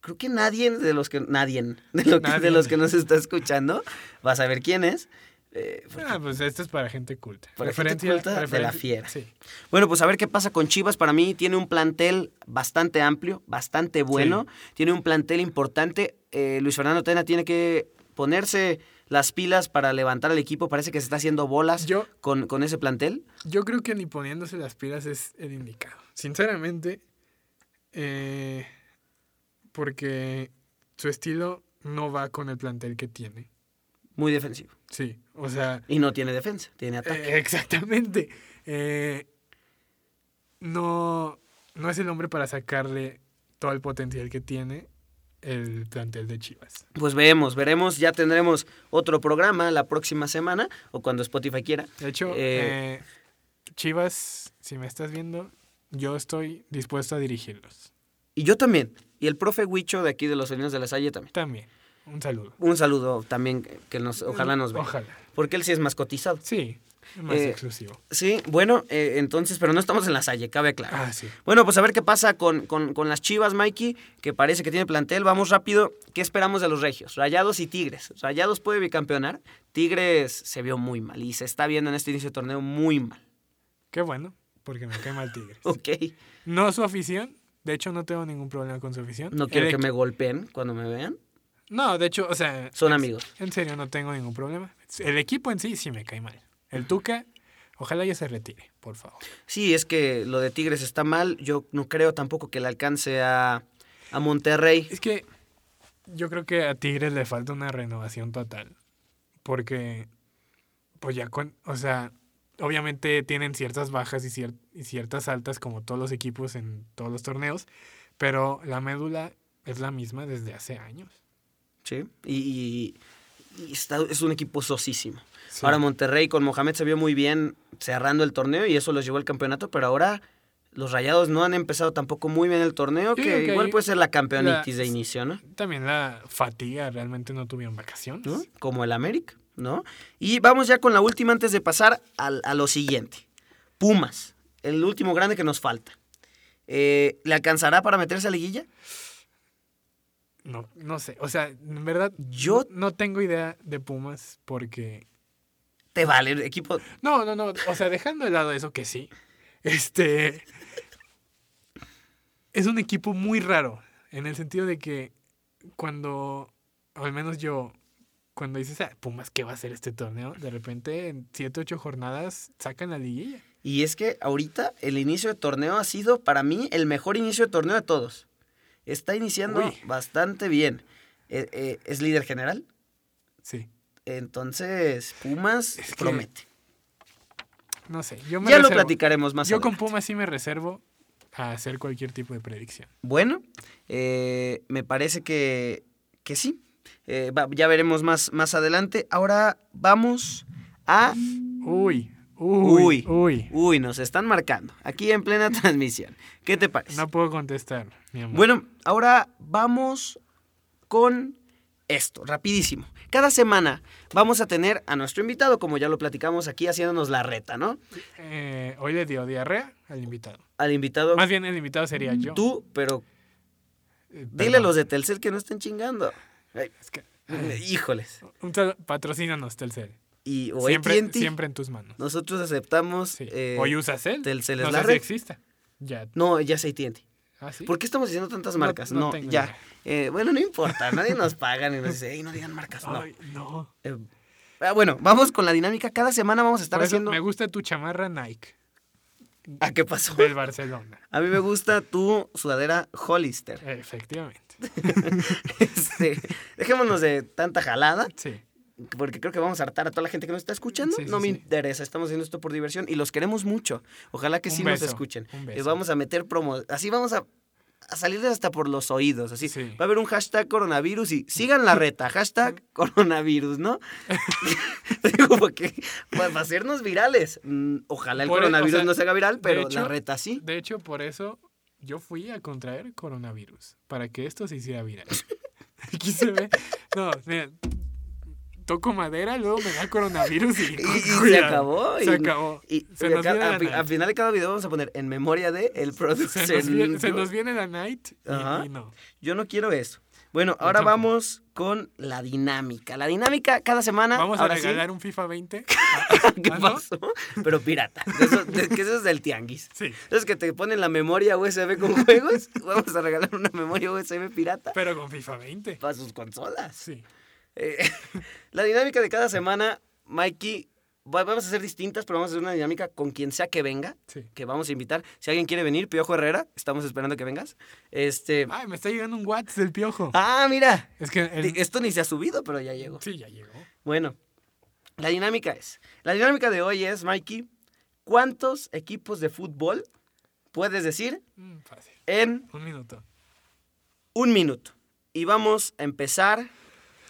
Speaker 1: creo que nadie de los que nadie de, lo que- de
Speaker 2: Nadie.
Speaker 1: los que nos está escuchando va a saber quién es. Eh,
Speaker 2: Ah, pues esto es para gente culta.
Speaker 1: Para gente culta de la
Speaker 2: referencia-
Speaker 1: fiera.
Speaker 2: Sí.
Speaker 1: bueno, pues a ver qué pasa con Chivas. Para mí tiene un plantel bastante amplio, bastante bueno. Tiene un plantel importante. Eh, Luis Fernando Tena tiene que ponerse las pilas para levantar al equipo. Parece que se está haciendo bolas
Speaker 2: Yo,
Speaker 1: con, con ese plantel.
Speaker 2: yo creo que ni poniéndose las pilas es el indicado. Sinceramente, eh, porque su estilo no va con el plantel que tiene.
Speaker 1: Muy defensivo.
Speaker 2: Sí, o sea,
Speaker 1: Y no tiene defensa, tiene ataque.
Speaker 2: eh, exactamente. Eh, no, no es el hombre para sacarle todo el potencial que tiene el plantel de Chivas.
Speaker 1: Pues veremos, veremos. Ya tendremos otro programa la próxima semana o cuando Spotify quiera.
Speaker 2: De hecho,
Speaker 1: Eh,
Speaker 2: eh, Chivas, si me estás viendo, yo estoy dispuesto a dirigirlos.
Speaker 1: Y yo también. Y el profe Huicho de aquí de los Salinos de la Salle también.
Speaker 2: También. Un saludo.
Speaker 1: Un saludo también que nos, ojalá nos vea.
Speaker 2: Mm, Ojalá.
Speaker 1: Porque él sí es más cotizado.
Speaker 2: Sí, más
Speaker 1: Eh,
Speaker 2: exclusivo.
Speaker 1: Sí, bueno, eh, entonces, pero no estamos en la Salle, cabe claro.
Speaker 2: Ah, sí.
Speaker 1: Bueno, pues a ver qué pasa con, con- con las Chivas, Mikey, que parece que tiene plantel. Vamos rápido. ¿Qué esperamos de los Regios? Rayados y Tigres. Rayados puede bicampeonar. Tigres se vio muy mal y se está viendo en este inicio de torneo muy mal.
Speaker 2: Qué bueno, porque me quema el tigre.
Speaker 1: Ok.
Speaker 2: No su afición. De hecho, no tengo ningún problema con su afición.
Speaker 1: No
Speaker 2: El
Speaker 1: quiero que
Speaker 2: equi-
Speaker 1: me golpeen cuando me vean.
Speaker 2: No, de hecho, o sea.
Speaker 1: Son
Speaker 2: en-
Speaker 1: amigos.
Speaker 2: En serio, no tengo ningún problema. El equipo en sí sí me cae mal. El Tuca, ojalá ya se retire, por favor.
Speaker 1: Sí, es que lo de Tigres está mal. Yo no creo tampoco que le alcance a, a Monterrey.
Speaker 2: Es que yo creo que a Tigres le falta una renovación total. Porque, pues ya con. O sea, obviamente tienen ciertas bajas y, cier- y ciertas altas, como todos los equipos en todos los torneos. Pero la médula es la misma desde hace años.
Speaker 1: Sí. Y, y- y está- es un equipo sosísimo.
Speaker 2: Sí.
Speaker 1: Ahora Monterrey con Mohamed se vio muy bien cerrando el torneo y eso los llevó al campeonato, pero ahora los Rayados no han empezado tampoco muy bien el torneo,
Speaker 2: Yo
Speaker 1: que
Speaker 2: digo que
Speaker 1: igual
Speaker 2: ahí
Speaker 1: puede ser la campeonitis
Speaker 2: la-
Speaker 1: de inicio, ¿no?
Speaker 2: También la fatiga, realmente no tuvieron vacaciones.
Speaker 1: ¿No? Como el América, ¿no? Y vamos ya con la última antes de pasar al- a, lo siguiente. Pumas, el último grande que nos falta. Eh, ¿Le alcanzará para meterse a liguilla?
Speaker 2: No, no sé. O sea, en verdad,
Speaker 1: Yo-
Speaker 2: no no tengo idea de Pumas porque.
Speaker 1: Te vale, el equipo.
Speaker 2: No, no, no. O sea, dejando de lado eso que sí. Este. Es un equipo muy raro. En el sentido de que cuando. O al menos yo. Cuando dices, ah, Pumas, ¿qué va a hacer este torneo? De repente, en 7, 8 jornadas, sacan la liguilla.
Speaker 1: Y es que ahorita el inicio de torneo ha sido para mí el mejor inicio de torneo de todos. Está iniciando
Speaker 2: Uy.
Speaker 1: bastante bien. Eh, eh, es líder general,
Speaker 2: Sí.
Speaker 1: entonces Pumas
Speaker 2: Es que
Speaker 1: promete.
Speaker 2: No sé. Yo me
Speaker 1: Ya lo
Speaker 2: reservo-
Speaker 1: platicaremos más
Speaker 2: Yo con
Speaker 1: adelante.
Speaker 2: Pumas sí me reservo a hacer cualquier tipo de predicción.
Speaker 1: Bueno, eh, me parece que, que sí. Eh, va- ya veremos más, más adelante. Ahora vamos a...
Speaker 2: Uy, uy,
Speaker 1: Uy.
Speaker 2: uy.
Speaker 1: Uy, nos están marcando. Aquí en plena transmisión. ¿Qué te parece?
Speaker 2: No puedo contestar, mi amor.
Speaker 1: Bueno, ahora vamos con esto, rapidísimo. Cada semana vamos a tener a nuestro invitado, como ya lo platicamos aquí, haciéndonos la reta, ¿no?
Speaker 2: Eh, hoy le dio diarrea al invitado.
Speaker 1: Al invitado,
Speaker 2: Más bien el invitado sería yo.
Speaker 1: tú, pero
Speaker 2: Eh,
Speaker 1: dile a
Speaker 2: perdón.
Speaker 1: los de Telcel que no estén chingando. Ay,
Speaker 2: Es que-
Speaker 1: Híjoles.
Speaker 2: un saludo- patrocínanos, Telcel.
Speaker 1: Y o
Speaker 2: Siempre,
Speaker 1: AT&T,
Speaker 2: siempre en tus manos.
Speaker 1: nosotros aceptamos...
Speaker 2: Sí.
Speaker 1: eh,
Speaker 2: hoy usas él.
Speaker 1: Telcel es
Speaker 2: no
Speaker 1: la
Speaker 2: sé
Speaker 1: red.
Speaker 2: si exista. Ya.
Speaker 1: no, ya es AT&T.
Speaker 2: ¿Ah, sí?
Speaker 1: ¿Por qué estamos diciendo tantas
Speaker 2: No-
Speaker 1: marcas?
Speaker 2: no
Speaker 1: No,
Speaker 2: tengo
Speaker 1: ya.
Speaker 2: idea.
Speaker 1: Eh, bueno, no importa, nadie nos paga ni nos dice, "Ey, no digan marcas, no.
Speaker 2: Ay, no.
Speaker 1: Eh, ah, bueno, vamos con la dinámica. Cada semana vamos a estar
Speaker 2: Por eso
Speaker 1: haciendo.
Speaker 2: Me gusta tu chamarra Nike Ah,
Speaker 1: ¿A qué pasó?
Speaker 2: del Barcelona.
Speaker 1: A mí me gusta tu sudadera Hollister.
Speaker 2: Efectivamente.
Speaker 1: Este, dejémonos de tanta jalada,
Speaker 2: Sí.
Speaker 1: porque creo que vamos a hartar a toda la gente que nos está escuchando.
Speaker 2: Sí, sí,
Speaker 1: no me
Speaker 2: sí.
Speaker 1: interesa, estamos haciendo esto por diversión y los queremos mucho. Ojalá que
Speaker 2: Un
Speaker 1: sí
Speaker 2: beso,
Speaker 1: nos escuchen.
Speaker 2: un
Speaker 1: Les
Speaker 2: beso.
Speaker 1: vamos a meter promos. Así vamos a, a salirles hasta por los oídos. Así
Speaker 2: Sí.
Speaker 1: va a haber un hashtag coronavirus y sigan la reta. Hashtag coronavirus, ¿no? Digo, porque para hacernos virales. Mm, Ojalá el
Speaker 2: Por- e- o
Speaker 1: coronavirus
Speaker 2: sea,
Speaker 1: no se haga viral, pero la
Speaker 2: hecho,
Speaker 1: reta sí.
Speaker 2: De hecho, por eso yo fui a contraer coronavirus, para que esto se hiciera viral. Aquí se ve. No, mira, toco madera, luego me da coronavirus y,
Speaker 1: Y- y se
Speaker 2: cuidado.
Speaker 1: acabó.
Speaker 2: Se
Speaker 1: y-
Speaker 2: acabó.
Speaker 1: Y,
Speaker 2: se,
Speaker 1: y
Speaker 2: nos
Speaker 1: acá-
Speaker 2: viene la
Speaker 1: a, fi- a
Speaker 2: night.
Speaker 1: final de cada video vamos a poner en memoria de el producer.
Speaker 2: se, nos viene, se
Speaker 1: yo,
Speaker 2: nos viene la night y-
Speaker 1: Ajá.
Speaker 2: y, no.
Speaker 1: yo no quiero eso. Bueno, ahora
Speaker 2: tampoco.
Speaker 1: vamos con la dinámica. La dinámica cada semana.
Speaker 2: Vamos a
Speaker 1: ahora sí.
Speaker 2: regalar un FIFA 20.
Speaker 1: ¿Qué
Speaker 2: ¿Ah, no?
Speaker 1: pasó? Pero pirata. De eso- de- que eso es del tianguis.
Speaker 2: Sí,
Speaker 1: Entonces que te ponen la memoria USB con juegos. Vamos a regalar una memoria USB pirata
Speaker 2: pero con FIFA 20.
Speaker 1: para sus consolas.
Speaker 2: Sí.
Speaker 1: Eh, la dinámica de cada semana, Mikey, va- vamos a hacer distintas, pero vamos a hacer una dinámica con quien sea que venga.
Speaker 2: Sí.
Speaker 1: que vamos a invitar. Si alguien quiere venir, Piojo Herrera, estamos esperando que vengas. Este.
Speaker 2: Ay, me está llegando un WhatsApp del piojo.
Speaker 1: Ah, mira.
Speaker 2: Es que el-
Speaker 1: Di- Esto ni se ha subido, pero ya llegó.
Speaker 2: Sí, ya llegó.
Speaker 1: Bueno, la dinámica es. La dinámica de hoy es, Mikey, ¿cuántos equipos de fútbol puedes decir
Speaker 2: Mm, fácil.
Speaker 1: en
Speaker 2: Un minuto.
Speaker 1: un minuto? Y vamos a empezar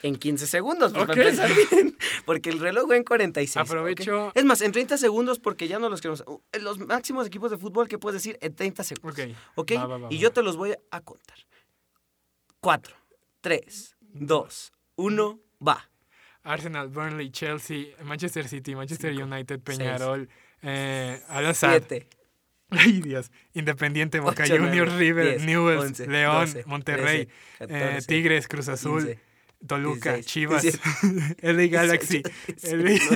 Speaker 1: en 15 segundos, pues, para
Speaker 2: Ok.
Speaker 1: empezar bien, porque el reloj va en 46. ¿ok?
Speaker 2: Aprovecho.
Speaker 1: Es más, en 30 segundos, porque ya no los queremos. Uh, Los máximos equipos de fútbol que puedes decir en 30 segundos.
Speaker 2: Ok.
Speaker 1: ¿Ok?
Speaker 2: Va, va, va,
Speaker 1: y
Speaker 2: va.
Speaker 1: yo te los voy a contar. 4, 3, 2, 1, va.
Speaker 2: Arsenal, Burnley, Chelsea, Manchester City, Manchester
Speaker 1: Cinco,
Speaker 2: United,
Speaker 1: seis,
Speaker 2: Peñarol, eh, Al Azhar,
Speaker 1: 7,
Speaker 2: ay Dios, Independiente, Boca
Speaker 1: Ocho,
Speaker 2: Juniors,
Speaker 1: nueve,
Speaker 2: River,
Speaker 1: diez,
Speaker 2: Newell's,
Speaker 1: once,
Speaker 2: León,
Speaker 1: doce,
Speaker 2: Monterrey, eh,
Speaker 1: 14,
Speaker 2: Tigres, Cruz Azul,
Speaker 1: 15,
Speaker 2: Toluca,
Speaker 1: 16,
Speaker 2: Chivas,
Speaker 1: 17,
Speaker 2: LA Galaxy,
Speaker 1: 18,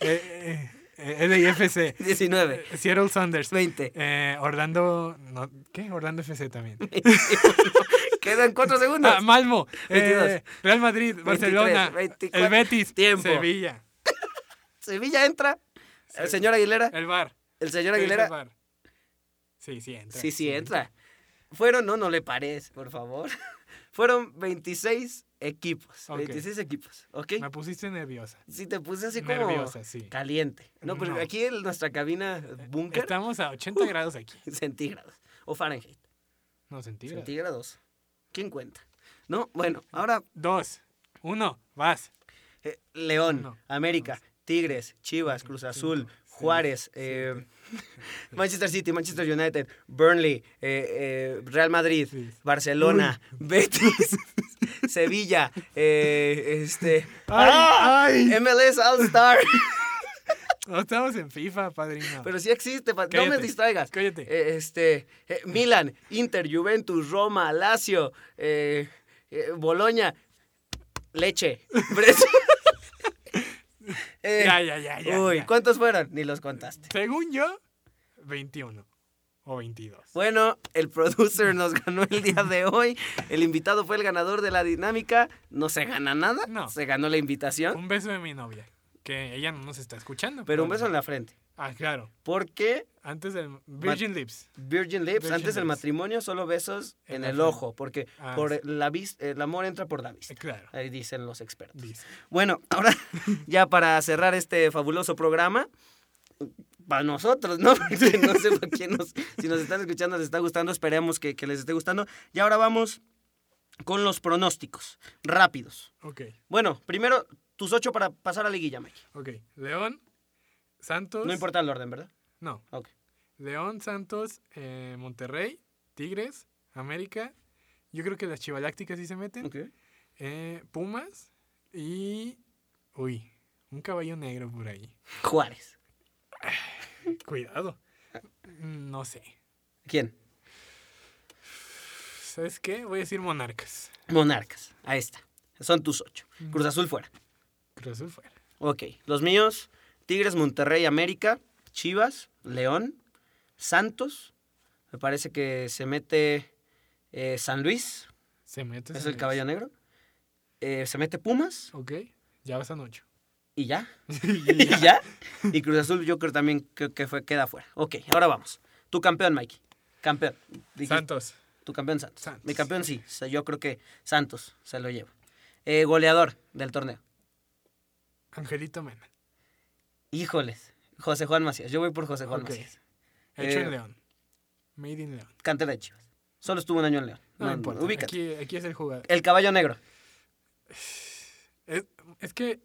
Speaker 2: eh, eh, LAFC,
Speaker 1: 19,
Speaker 2: Eh, Seattle Saunders,
Speaker 1: 20.
Speaker 2: eh, Orlando, no, ¿qué? Orlando FC también.
Speaker 1: Quedan 4 segundos.
Speaker 2: Ah, Malmo, eh,
Speaker 1: 22,
Speaker 2: Real Madrid, Barcelona,
Speaker 1: 24,
Speaker 2: el Betis,
Speaker 1: tiempo.
Speaker 2: Sevilla,
Speaker 1: Sevilla entra. El señor Aguilera.
Speaker 2: el Bar.
Speaker 1: El señor
Speaker 2: ¿Qué dice el
Speaker 1: Aguilera.
Speaker 2: VAR? Sí, sí entra.
Speaker 1: Sí, sí, entra. Fueron, no, no le pares, por favor. Fueron 26 equipos.
Speaker 2: Ok.
Speaker 1: 26 equipos, ¿ok?
Speaker 2: Me pusiste nerviosa.
Speaker 1: Sí, te puse así como
Speaker 2: nerviosa, sí.
Speaker 1: caliente. No, pero
Speaker 2: No.
Speaker 1: aquí en nuestra cabina búnker,
Speaker 2: Estamos a 80
Speaker 1: Uh.
Speaker 2: grados aquí.
Speaker 1: centígrados. O Fahrenheit,
Speaker 2: No, centígrados.
Speaker 1: centígrados. ¿Quién cuenta? No, bueno, ahora
Speaker 2: Dos, uno, vas.
Speaker 1: Eh, León,
Speaker 2: No,
Speaker 1: América, Tigres, Chivas, Cruz Azul, Juárez, eh, Manchester City, Manchester United, Burnley, eh, eh, Real Madrid,
Speaker 2: Sí.
Speaker 1: Barcelona, Betis, Sevilla, eh, este,
Speaker 2: ¡Ay!
Speaker 1: MLS All Star.
Speaker 2: No estamos en FIFA, padrino.
Speaker 1: Pero sí existe, pa- no me
Speaker 2: Cállate,
Speaker 1: distraigas.
Speaker 2: cállate.
Speaker 1: Eh, este, eh, Milan, Inter, Juventus, Roma, Lazio, eh, eh, Boloña, Leche, Brescia. Eh,
Speaker 2: ya, ya, ya, ya.
Speaker 1: Uy,
Speaker 2: ya.
Speaker 1: ¿cuántos fueron? Ni los contaste.
Speaker 2: Según yo, 21 o 22.
Speaker 1: Bueno, el producer nos ganó el día de hoy. El invitado fue el ganador de la dinámica. No se gana nada.
Speaker 2: No.
Speaker 1: Se ganó la invitación.
Speaker 2: Un beso de mi novia, que ella no nos está escuchando.
Speaker 1: Pero un beso en la frente.
Speaker 2: Ah, claro.
Speaker 1: Porque
Speaker 2: Antes del Virgin Lips.
Speaker 1: Virgin Lips,
Speaker 2: Virgin
Speaker 1: antes del
Speaker 2: Lips.
Speaker 1: matrimonio, solo besos en,
Speaker 2: En la
Speaker 1: el
Speaker 2: frente.
Speaker 1: ojo. Porque
Speaker 2: Ah,
Speaker 1: por
Speaker 2: sí.
Speaker 1: la vis- el amor entra por la vista.
Speaker 2: Eh, Claro.
Speaker 1: Ahí dicen los expertos.
Speaker 2: Dice.
Speaker 1: Bueno, ahora ya para cerrar este fabuloso programa, para nosotros, ¿no? Porque no sé por quién nos, si nos están escuchando, les está gustando, esperemos que, que les esté gustando. Y ahora vamos con los pronósticos, rápidos.
Speaker 2: Ok,
Speaker 1: Bueno, primero tus ocho para pasar a liguilla, Mike.
Speaker 2: ok. León, Santos.
Speaker 1: No importa el orden, ¿verdad?
Speaker 2: No,
Speaker 1: Ok.
Speaker 2: León, Santos, eh, Monterrey, Tigres, América. Yo creo que las Chivalácticas sí se meten.
Speaker 1: Ok.
Speaker 2: eh, Pumas y. Uy, un caballo negro por ahí.
Speaker 1: Juárez.
Speaker 2: Cuidado. Mm, No sé.
Speaker 1: ¿Quién?
Speaker 2: ¿Sabes qué? Voy a decir Monarcas.
Speaker 1: Monarcas. Ahí está. Son tus ocho. Cruz Azul fuera.
Speaker 2: Cruz Azul fuera.
Speaker 1: Ok, los míos, Tigres, Monterrey, América, Chivas, León, Santos, me parece que se mete eh, San Luis,
Speaker 2: Se mete.
Speaker 1: es
Speaker 2: San
Speaker 1: el
Speaker 2: Luis.
Speaker 1: caballo negro, eh, se mete Pumas
Speaker 2: Ok, ya vas a ocho.
Speaker 1: y ya, y ya, y Cruz Azul yo creo también que, que fue, queda fuera. Ok, ahora vamos, tu campeón Mikey, campeón, Dijiste,
Speaker 2: Santos.
Speaker 1: tu campeón Santos.
Speaker 2: Santos.
Speaker 1: mi campeón sí, o sea, yo creo que Santos se lo lleva. Eh, goleador del torneo,
Speaker 2: Angelito Mena.
Speaker 1: híjoles, José Juan Macías, yo voy por José Juan
Speaker 2: Ok.
Speaker 1: Macías.
Speaker 2: Hecho
Speaker 1: Eh,
Speaker 2: en León. Made in León.
Speaker 1: cantera de Chivas. Solo estuvo un año en León.
Speaker 2: No,
Speaker 1: No,
Speaker 2: me importa.
Speaker 1: ubícate.
Speaker 2: Aquí, aquí es el jugador.
Speaker 1: El caballo negro.
Speaker 2: Es, es que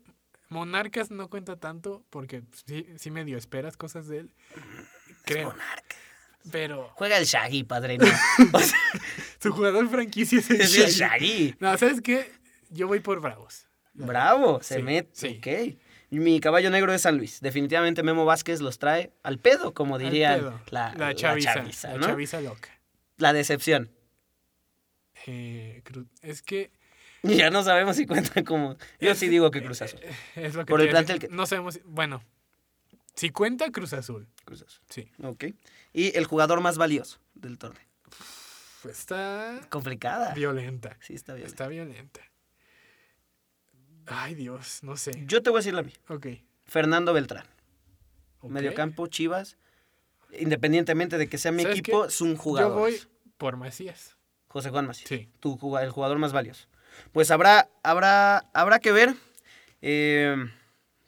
Speaker 2: Monarcas no cuenta tanto porque sí, sí medio esperas cosas de él. Creo. Pero
Speaker 1: Juega el Shaggy, padrino.
Speaker 2: su jugador franquicia es el
Speaker 1: es el
Speaker 2: Shaggy.
Speaker 1: Shaggy.
Speaker 2: No, ¿sabes qué? Yo voy por Bravos.
Speaker 1: Bravo, se
Speaker 2: Sí,
Speaker 1: mete.
Speaker 2: sí.
Speaker 1: Ok. Mi caballo negro es San Luis. Definitivamente Memo Vázquez los trae al pedo, como
Speaker 2: Al
Speaker 1: diría
Speaker 2: pedo.
Speaker 1: la, la
Speaker 2: chaviza. La
Speaker 1: chaviza,
Speaker 2: chaviza,
Speaker 1: ¿no?
Speaker 2: loca.
Speaker 1: La decepción.
Speaker 2: Eh, Cruz- es que eh,
Speaker 1: Ya no sabemos si cuenta como. Yo sí digo que Cruz Azul.
Speaker 2: es lo que.
Speaker 1: Por
Speaker 2: te
Speaker 1: el
Speaker 2: iba a
Speaker 1: plantel
Speaker 2: decir.
Speaker 1: que-
Speaker 2: No sabemos. si- Bueno, si cuenta Cruz Azul,
Speaker 1: Cruz Azul.
Speaker 2: sí.
Speaker 1: Ok. Y el jugador más valioso del torneo.
Speaker 2: Pues está
Speaker 1: Complicada.
Speaker 2: violenta.
Speaker 1: Sí, está bien.
Speaker 2: Está violenta. Ay, Dios, no sé.
Speaker 1: Yo te voy a decir la mía.
Speaker 2: Ok.
Speaker 1: Fernando Beltrán.
Speaker 2: ok.
Speaker 1: Mediocampo, Chivas. Independientemente de que sea mi
Speaker 2: ¿Sabes
Speaker 1: equipo,
Speaker 2: qué?
Speaker 1: es un
Speaker 2: Yo
Speaker 1: jugador.
Speaker 2: voy por Macías.
Speaker 1: José Juan Macías.
Speaker 2: Sí.
Speaker 1: tu juga- el jugador más valioso. Pues habrá, habrá, habrá que ver. Eh,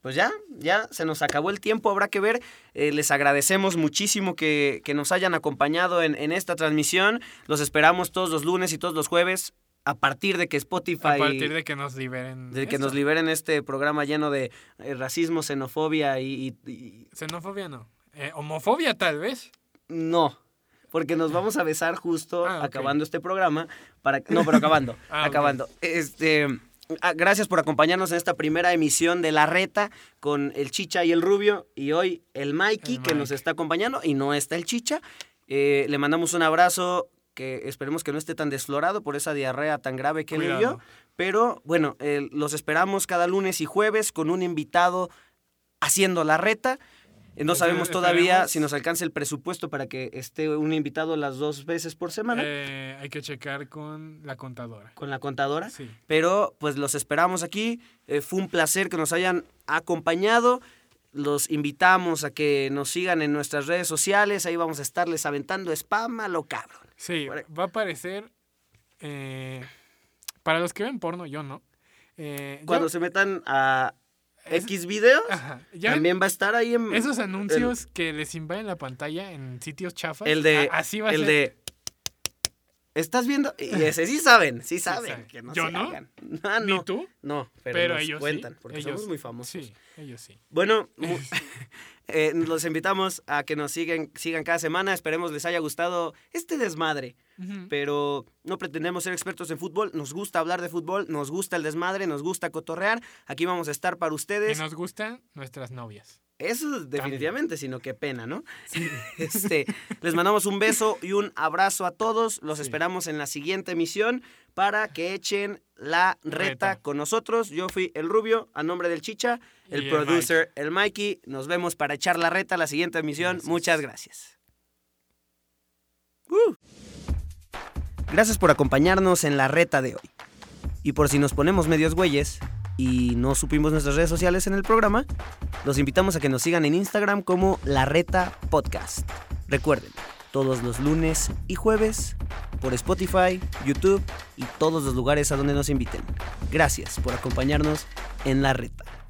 Speaker 1: pues ya, ya se nos acabó el tiempo, habrá que ver. Eh, les agradecemos muchísimo que, que nos hayan acompañado en, en esta transmisión. Los esperamos todos los lunes y todos los jueves a partir de que Spotify...
Speaker 2: A partir de que nos liberen.
Speaker 1: de que
Speaker 2: esto.
Speaker 1: nos liberen este programa lleno de eh, racismo, xenofobia y- y- y
Speaker 2: Xenofobia no. Eh, homofobia tal vez.
Speaker 1: No, porque nos vamos a besar justo
Speaker 2: Ah, ok.
Speaker 1: acabando este programa. Para... No, pero acabando,
Speaker 2: Ah, ok.
Speaker 1: acabando. Este, ah, gracias por acompañarnos en esta primera emisión de La Reta con el Chicha y el Rubio. Y hoy el Mikey,
Speaker 2: El
Speaker 1: que nos
Speaker 2: Mike.
Speaker 1: está acompañando y no está el Chicha. Eh, le mandamos un abrazo que esperemos que no esté tan desflorado por esa diarrea tan grave que le dio.
Speaker 2: Cuidado.
Speaker 1: Pero bueno, eh, los esperamos cada lunes y jueves con un invitado haciendo la reta. Eh, No
Speaker 2: Entonces,
Speaker 1: sabemos todavía
Speaker 2: esperemos-
Speaker 1: si nos alcanza el presupuesto para que esté un invitado las dos veces por semana
Speaker 2: Eh, hay que checar con la contadora.
Speaker 1: con la contadora.
Speaker 2: Sí.
Speaker 1: Pero pues los esperamos aquí. Eh, fue un placer que nos hayan acompañado. Los invitamos a que nos sigan en nuestras redes sociales. Ahí vamos a estarles aventando spam a lo cabrón.
Speaker 2: Sí,
Speaker 1: Por-
Speaker 2: va a aparecer. eh, para los que ven porno, yo no. Eh, yo-
Speaker 1: Cuando se metan a
Speaker 2: es-
Speaker 1: X videos,
Speaker 2: ajá, ya
Speaker 1: también va a estar ahí en
Speaker 2: esos anuncios que les invaden la pantalla en sitios chafas.
Speaker 1: el de...
Speaker 2: a- Ah, así va a
Speaker 1: el
Speaker 2: ser.
Speaker 1: de... ¿Estás viendo? Y ese sí saben, sí saben.
Speaker 2: saben.
Speaker 1: Que no
Speaker 2: ¿Yo
Speaker 1: se
Speaker 2: no?
Speaker 1: hagan. Ah,
Speaker 2: ¿Ni
Speaker 1: no.
Speaker 2: tú?
Speaker 1: No, pero,
Speaker 2: Pero,
Speaker 1: nos
Speaker 2: ellos
Speaker 1: cuentan,
Speaker 2: sí.
Speaker 1: porque
Speaker 2: ellos-
Speaker 1: somos muy famosos.
Speaker 2: Sí, ellos sí.
Speaker 1: Bueno, mu- eh, los invitamos a que nos sigan, sigan cada semana. Esperemos les haya gustado este desmadre.
Speaker 2: Ujú.
Speaker 1: Pero no pretendemos ser expertos en fútbol. Nos gusta hablar de fútbol, nos gusta el desmadre, nos gusta cotorrear. Aquí vamos a estar para
Speaker 2: Y
Speaker 1: ustedes.
Speaker 2: nos gustan nuestras novias.
Speaker 1: Eso definitivamente, sino qué pena, ¿no? Este, les mandamos un beso y un abrazo a todos. Los
Speaker 2: Sí.
Speaker 1: esperamos en la siguiente emisión para que echen la reta,
Speaker 2: Reta.
Speaker 1: con nosotros. Yo fui el Rubio, a nombre del Chicha, el
Speaker 2: Y el
Speaker 1: producer, el Mikey. Nos vemos para echar la reta la siguiente emisión.
Speaker 2: Gracias.
Speaker 1: Muchas gracias. Uh. Gracias por acompañarnos en la reta de hoy. Y por si nos ponemos medios güeyes y no supimos nuestras redes sociales en el programa, los invitamos a que nos sigan en Instagram como La Reta Podcast. Recuerden, todos los lunes y jueves por Spotify, YouTube y todos los lugares a donde nos inviten. Gracias por acompañarnos en La Reta.